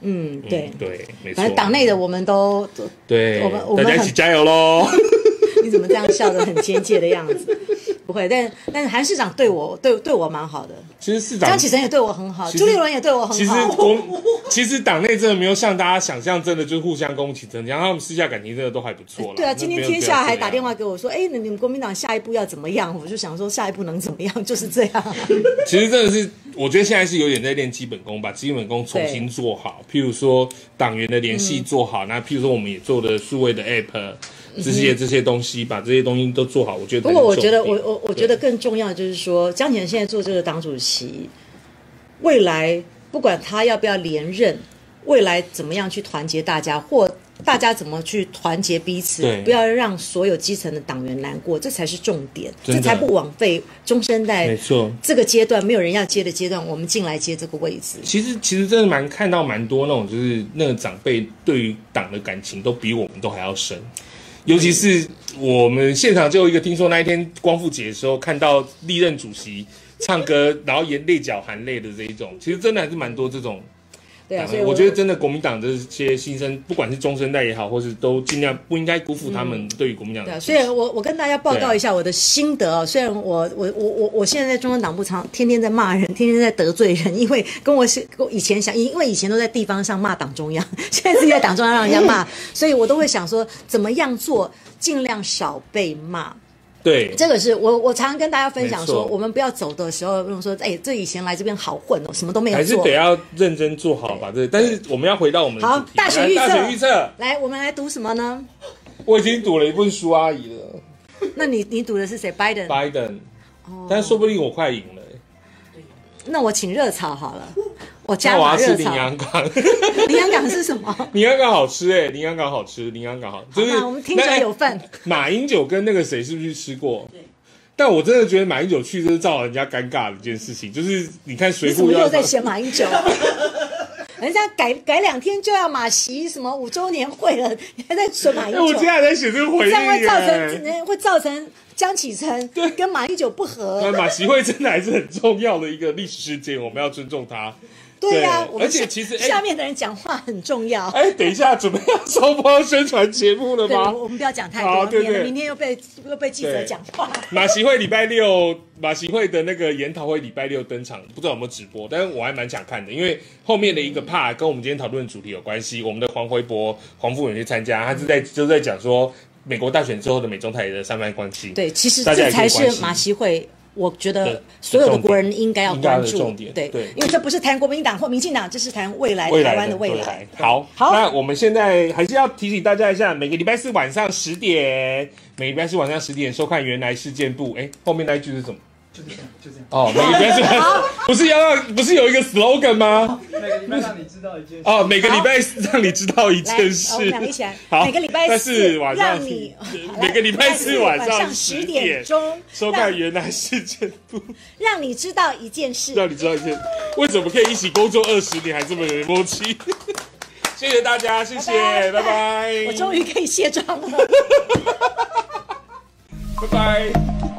Speaker 2: 嗯，
Speaker 1: 嗯
Speaker 2: 对。
Speaker 1: 对，没错
Speaker 2: 反。正党内的我们都，都
Speaker 1: 对，
Speaker 2: 我们我
Speaker 1: 大
Speaker 2: 们
Speaker 1: 家一
Speaker 2: 很
Speaker 1: 起加油
Speaker 2: *laughs*
Speaker 1: 喽！
Speaker 2: 你怎么这样笑得很亲切的样子？不会，但但是韩市长对我对对我蛮好的，
Speaker 1: 其实市长
Speaker 2: 江启臣也对我很好，
Speaker 1: 其实
Speaker 2: 朱立伦也对我
Speaker 1: 其
Speaker 2: 很
Speaker 1: 实
Speaker 2: 好。
Speaker 1: 我其实党内真的没有像大家想象，真的就是互相攻击，真的，然后他们私下感情真的都还不错啦。
Speaker 2: 对啊，
Speaker 1: 那
Speaker 2: 今天
Speaker 1: 没有
Speaker 2: 天
Speaker 1: 必要
Speaker 2: 下
Speaker 1: 这
Speaker 2: 还
Speaker 1: 样
Speaker 2: 打电话给我说，哎，你你们国民党下一步要怎么样？我就想说下一步能怎么样，就是这样。
Speaker 1: 其实真的是，我觉得现在是有点在练基本功，把基本功重新做好。譬如说党员的联系做好，那譬如说我们也做的数位的 app，这些这些东西，把这些东西都做好，我觉得才
Speaker 2: 嗯不
Speaker 1: 是
Speaker 2: 过
Speaker 1: 重点。
Speaker 2: 我觉得，我我我觉得更重要的就是说，江启臣现在做这个党主席，未来不管他要不要连任，未来怎么样去团结大家，或大家怎么去团结彼此
Speaker 1: 对，
Speaker 2: 不要让所有基层的党员难过，这才是重点，
Speaker 1: 真
Speaker 2: 这
Speaker 1: 的
Speaker 2: 才不枉费中生代
Speaker 1: 没错。
Speaker 2: 这个阶段没有人要接的阶段，我们进来接这个位置。
Speaker 1: 其实其实真的蛮看到蛮多那种，就是那个长辈对于党的感情都比我们都还要深，尤其是我们现场就有一个听说那一天光复节的时候，看到历任主席唱歌，然后也泪脚含泪的这一种，其实真的还是蛮多这种。
Speaker 2: 对啊，
Speaker 1: 党
Speaker 2: 所以
Speaker 1: 我觉得真的国民党这些新生，不管是中生代也好，或是都尽量不应该辜负他们对于国民党
Speaker 2: 对啊，
Speaker 1: 的。
Speaker 2: 虽然我我跟大家报
Speaker 1: 啊
Speaker 2: 告一下我的心得哦，虽然我我我我我现在在中央党部常天天在骂人，天天在得罪人，因为跟我是跟我以前想，因为以前都在地方上骂党中央， *laughs* 现在自己在党中央让人家骂，所以我都会想说怎么样做，尽量少被骂。
Speaker 1: 对，
Speaker 2: 这个是我我常常跟大家分享
Speaker 1: 没
Speaker 2: 说，
Speaker 1: 错
Speaker 2: 我们不要走的时候用说，哎，这以前来这边好混哦，什么都没有
Speaker 1: 还是
Speaker 2: 做
Speaker 1: 得。要认真做好吧。这，但是我们要回到我们的
Speaker 2: 好
Speaker 1: 主题，
Speaker 2: 大学
Speaker 1: 来
Speaker 2: 预
Speaker 1: 大
Speaker 2: 测，
Speaker 1: 学预测，
Speaker 2: 来，我们来读什么呢？
Speaker 1: 我已经读了一本书阿姨了。
Speaker 2: 那你你读的是谁？Biden。
Speaker 1: 拜
Speaker 2: 哦
Speaker 1: 登，但说不定我快赢了欸、
Speaker 2: 那我请热炒好了。我加
Speaker 1: 那我
Speaker 2: 码
Speaker 1: 要
Speaker 2: 热
Speaker 1: 吃羚
Speaker 2: 炒。
Speaker 1: 羊港， *laughs*
Speaker 2: 羚羊港是什么？
Speaker 1: 羚羊港好吃哎、羚羊港好吃，羚羊港好，就是
Speaker 2: 好吧我们听者有份。
Speaker 1: 马英九跟那个谁是不是去吃过？但我真的觉得马英九去就是造人家尴尬的一件事情，就是你看水
Speaker 2: 你怎
Speaker 1: 浒
Speaker 2: 么又
Speaker 1: 要
Speaker 2: 在写马英九？ *laughs* 人家改改两天就要马习什么五周年会了，你还在说马英
Speaker 1: *laughs* 哎
Speaker 2: 九？
Speaker 1: 我今天还在写这个回忆
Speaker 2: 这样会造
Speaker 1: 耶。
Speaker 2: 成会造成江启臣跟马英九不
Speaker 1: 呃，
Speaker 2: 和。
Speaker 1: 马习会真的还是很重要的一个历史事件，我们要尊重他。
Speaker 2: 对呀、我们
Speaker 1: 而且
Speaker 2: 下
Speaker 1: 其实哎
Speaker 2: 下面的人讲话很重要。
Speaker 1: 哎，等一下，准备要收播宣传节目了
Speaker 2: 对，
Speaker 1: 吗？
Speaker 2: 我我们不要讲太
Speaker 1: 好
Speaker 2: 多，
Speaker 1: 对
Speaker 2: 免得
Speaker 1: 对
Speaker 2: 明天又被又被记者
Speaker 1: 对
Speaker 2: 讲话。
Speaker 1: 马习会礼拜六，马习会的那个研讨会礼拜六登场，不知道有没有直播，但是我还蛮想看的，因为后面的一个 part 跟我们今天讨论的主题有关系。我们的黄辉博、黄富远去参加，他是在就在讲说美国大选之后的美中台的三方关系。
Speaker 2: 对，其实
Speaker 1: 大家
Speaker 2: 这
Speaker 1: 也可以
Speaker 2: 才是
Speaker 1: 关心
Speaker 2: 马习会，我觉得
Speaker 1: 对
Speaker 2: 所有的
Speaker 1: 重点
Speaker 2: 国人应该要
Speaker 1: 应该
Speaker 2: 关
Speaker 1: 的
Speaker 2: 注。
Speaker 1: 重点
Speaker 2: 对
Speaker 1: 对
Speaker 2: 因为这不是谈国民党或民进党，这是谈未来
Speaker 1: 未
Speaker 2: 哎台
Speaker 1: 来
Speaker 2: 湾的未来。
Speaker 1: 来。好，
Speaker 2: 好
Speaker 1: 那我们现在还是要提醒大家一下，每个礼拜四晚上十点，每个礼拜四晚上十点收看《原来事件部》。哎，后面那一句是什么？
Speaker 6: 就这样，就这样。
Speaker 1: 哦，每个礼拜四
Speaker 2: *laughs*
Speaker 1: 晚上不是要让不是有一个 slogan 吗？
Speaker 6: 每个礼拜让你知道一件事。
Speaker 1: 哦，每个礼拜四让你知道一
Speaker 2: 来，
Speaker 1: 件
Speaker 2: 我
Speaker 1: 事
Speaker 2: 们两个一起来。。
Speaker 1: 好，
Speaker 2: 每个礼拜
Speaker 1: 四晚
Speaker 2: *laughs*
Speaker 1: 上
Speaker 2: 让你
Speaker 1: 每个礼拜四晚
Speaker 2: 上
Speaker 1: 十
Speaker 2: 点钟
Speaker 1: 收看《原来事件部》，
Speaker 2: 让你知道一件事。
Speaker 1: 让你知道一件为什么可以一起工作二十年还这么有默契。谢谢大家，谢谢，拜拜。
Speaker 2: 我终于可以卸妆了。
Speaker 1: 拜拜。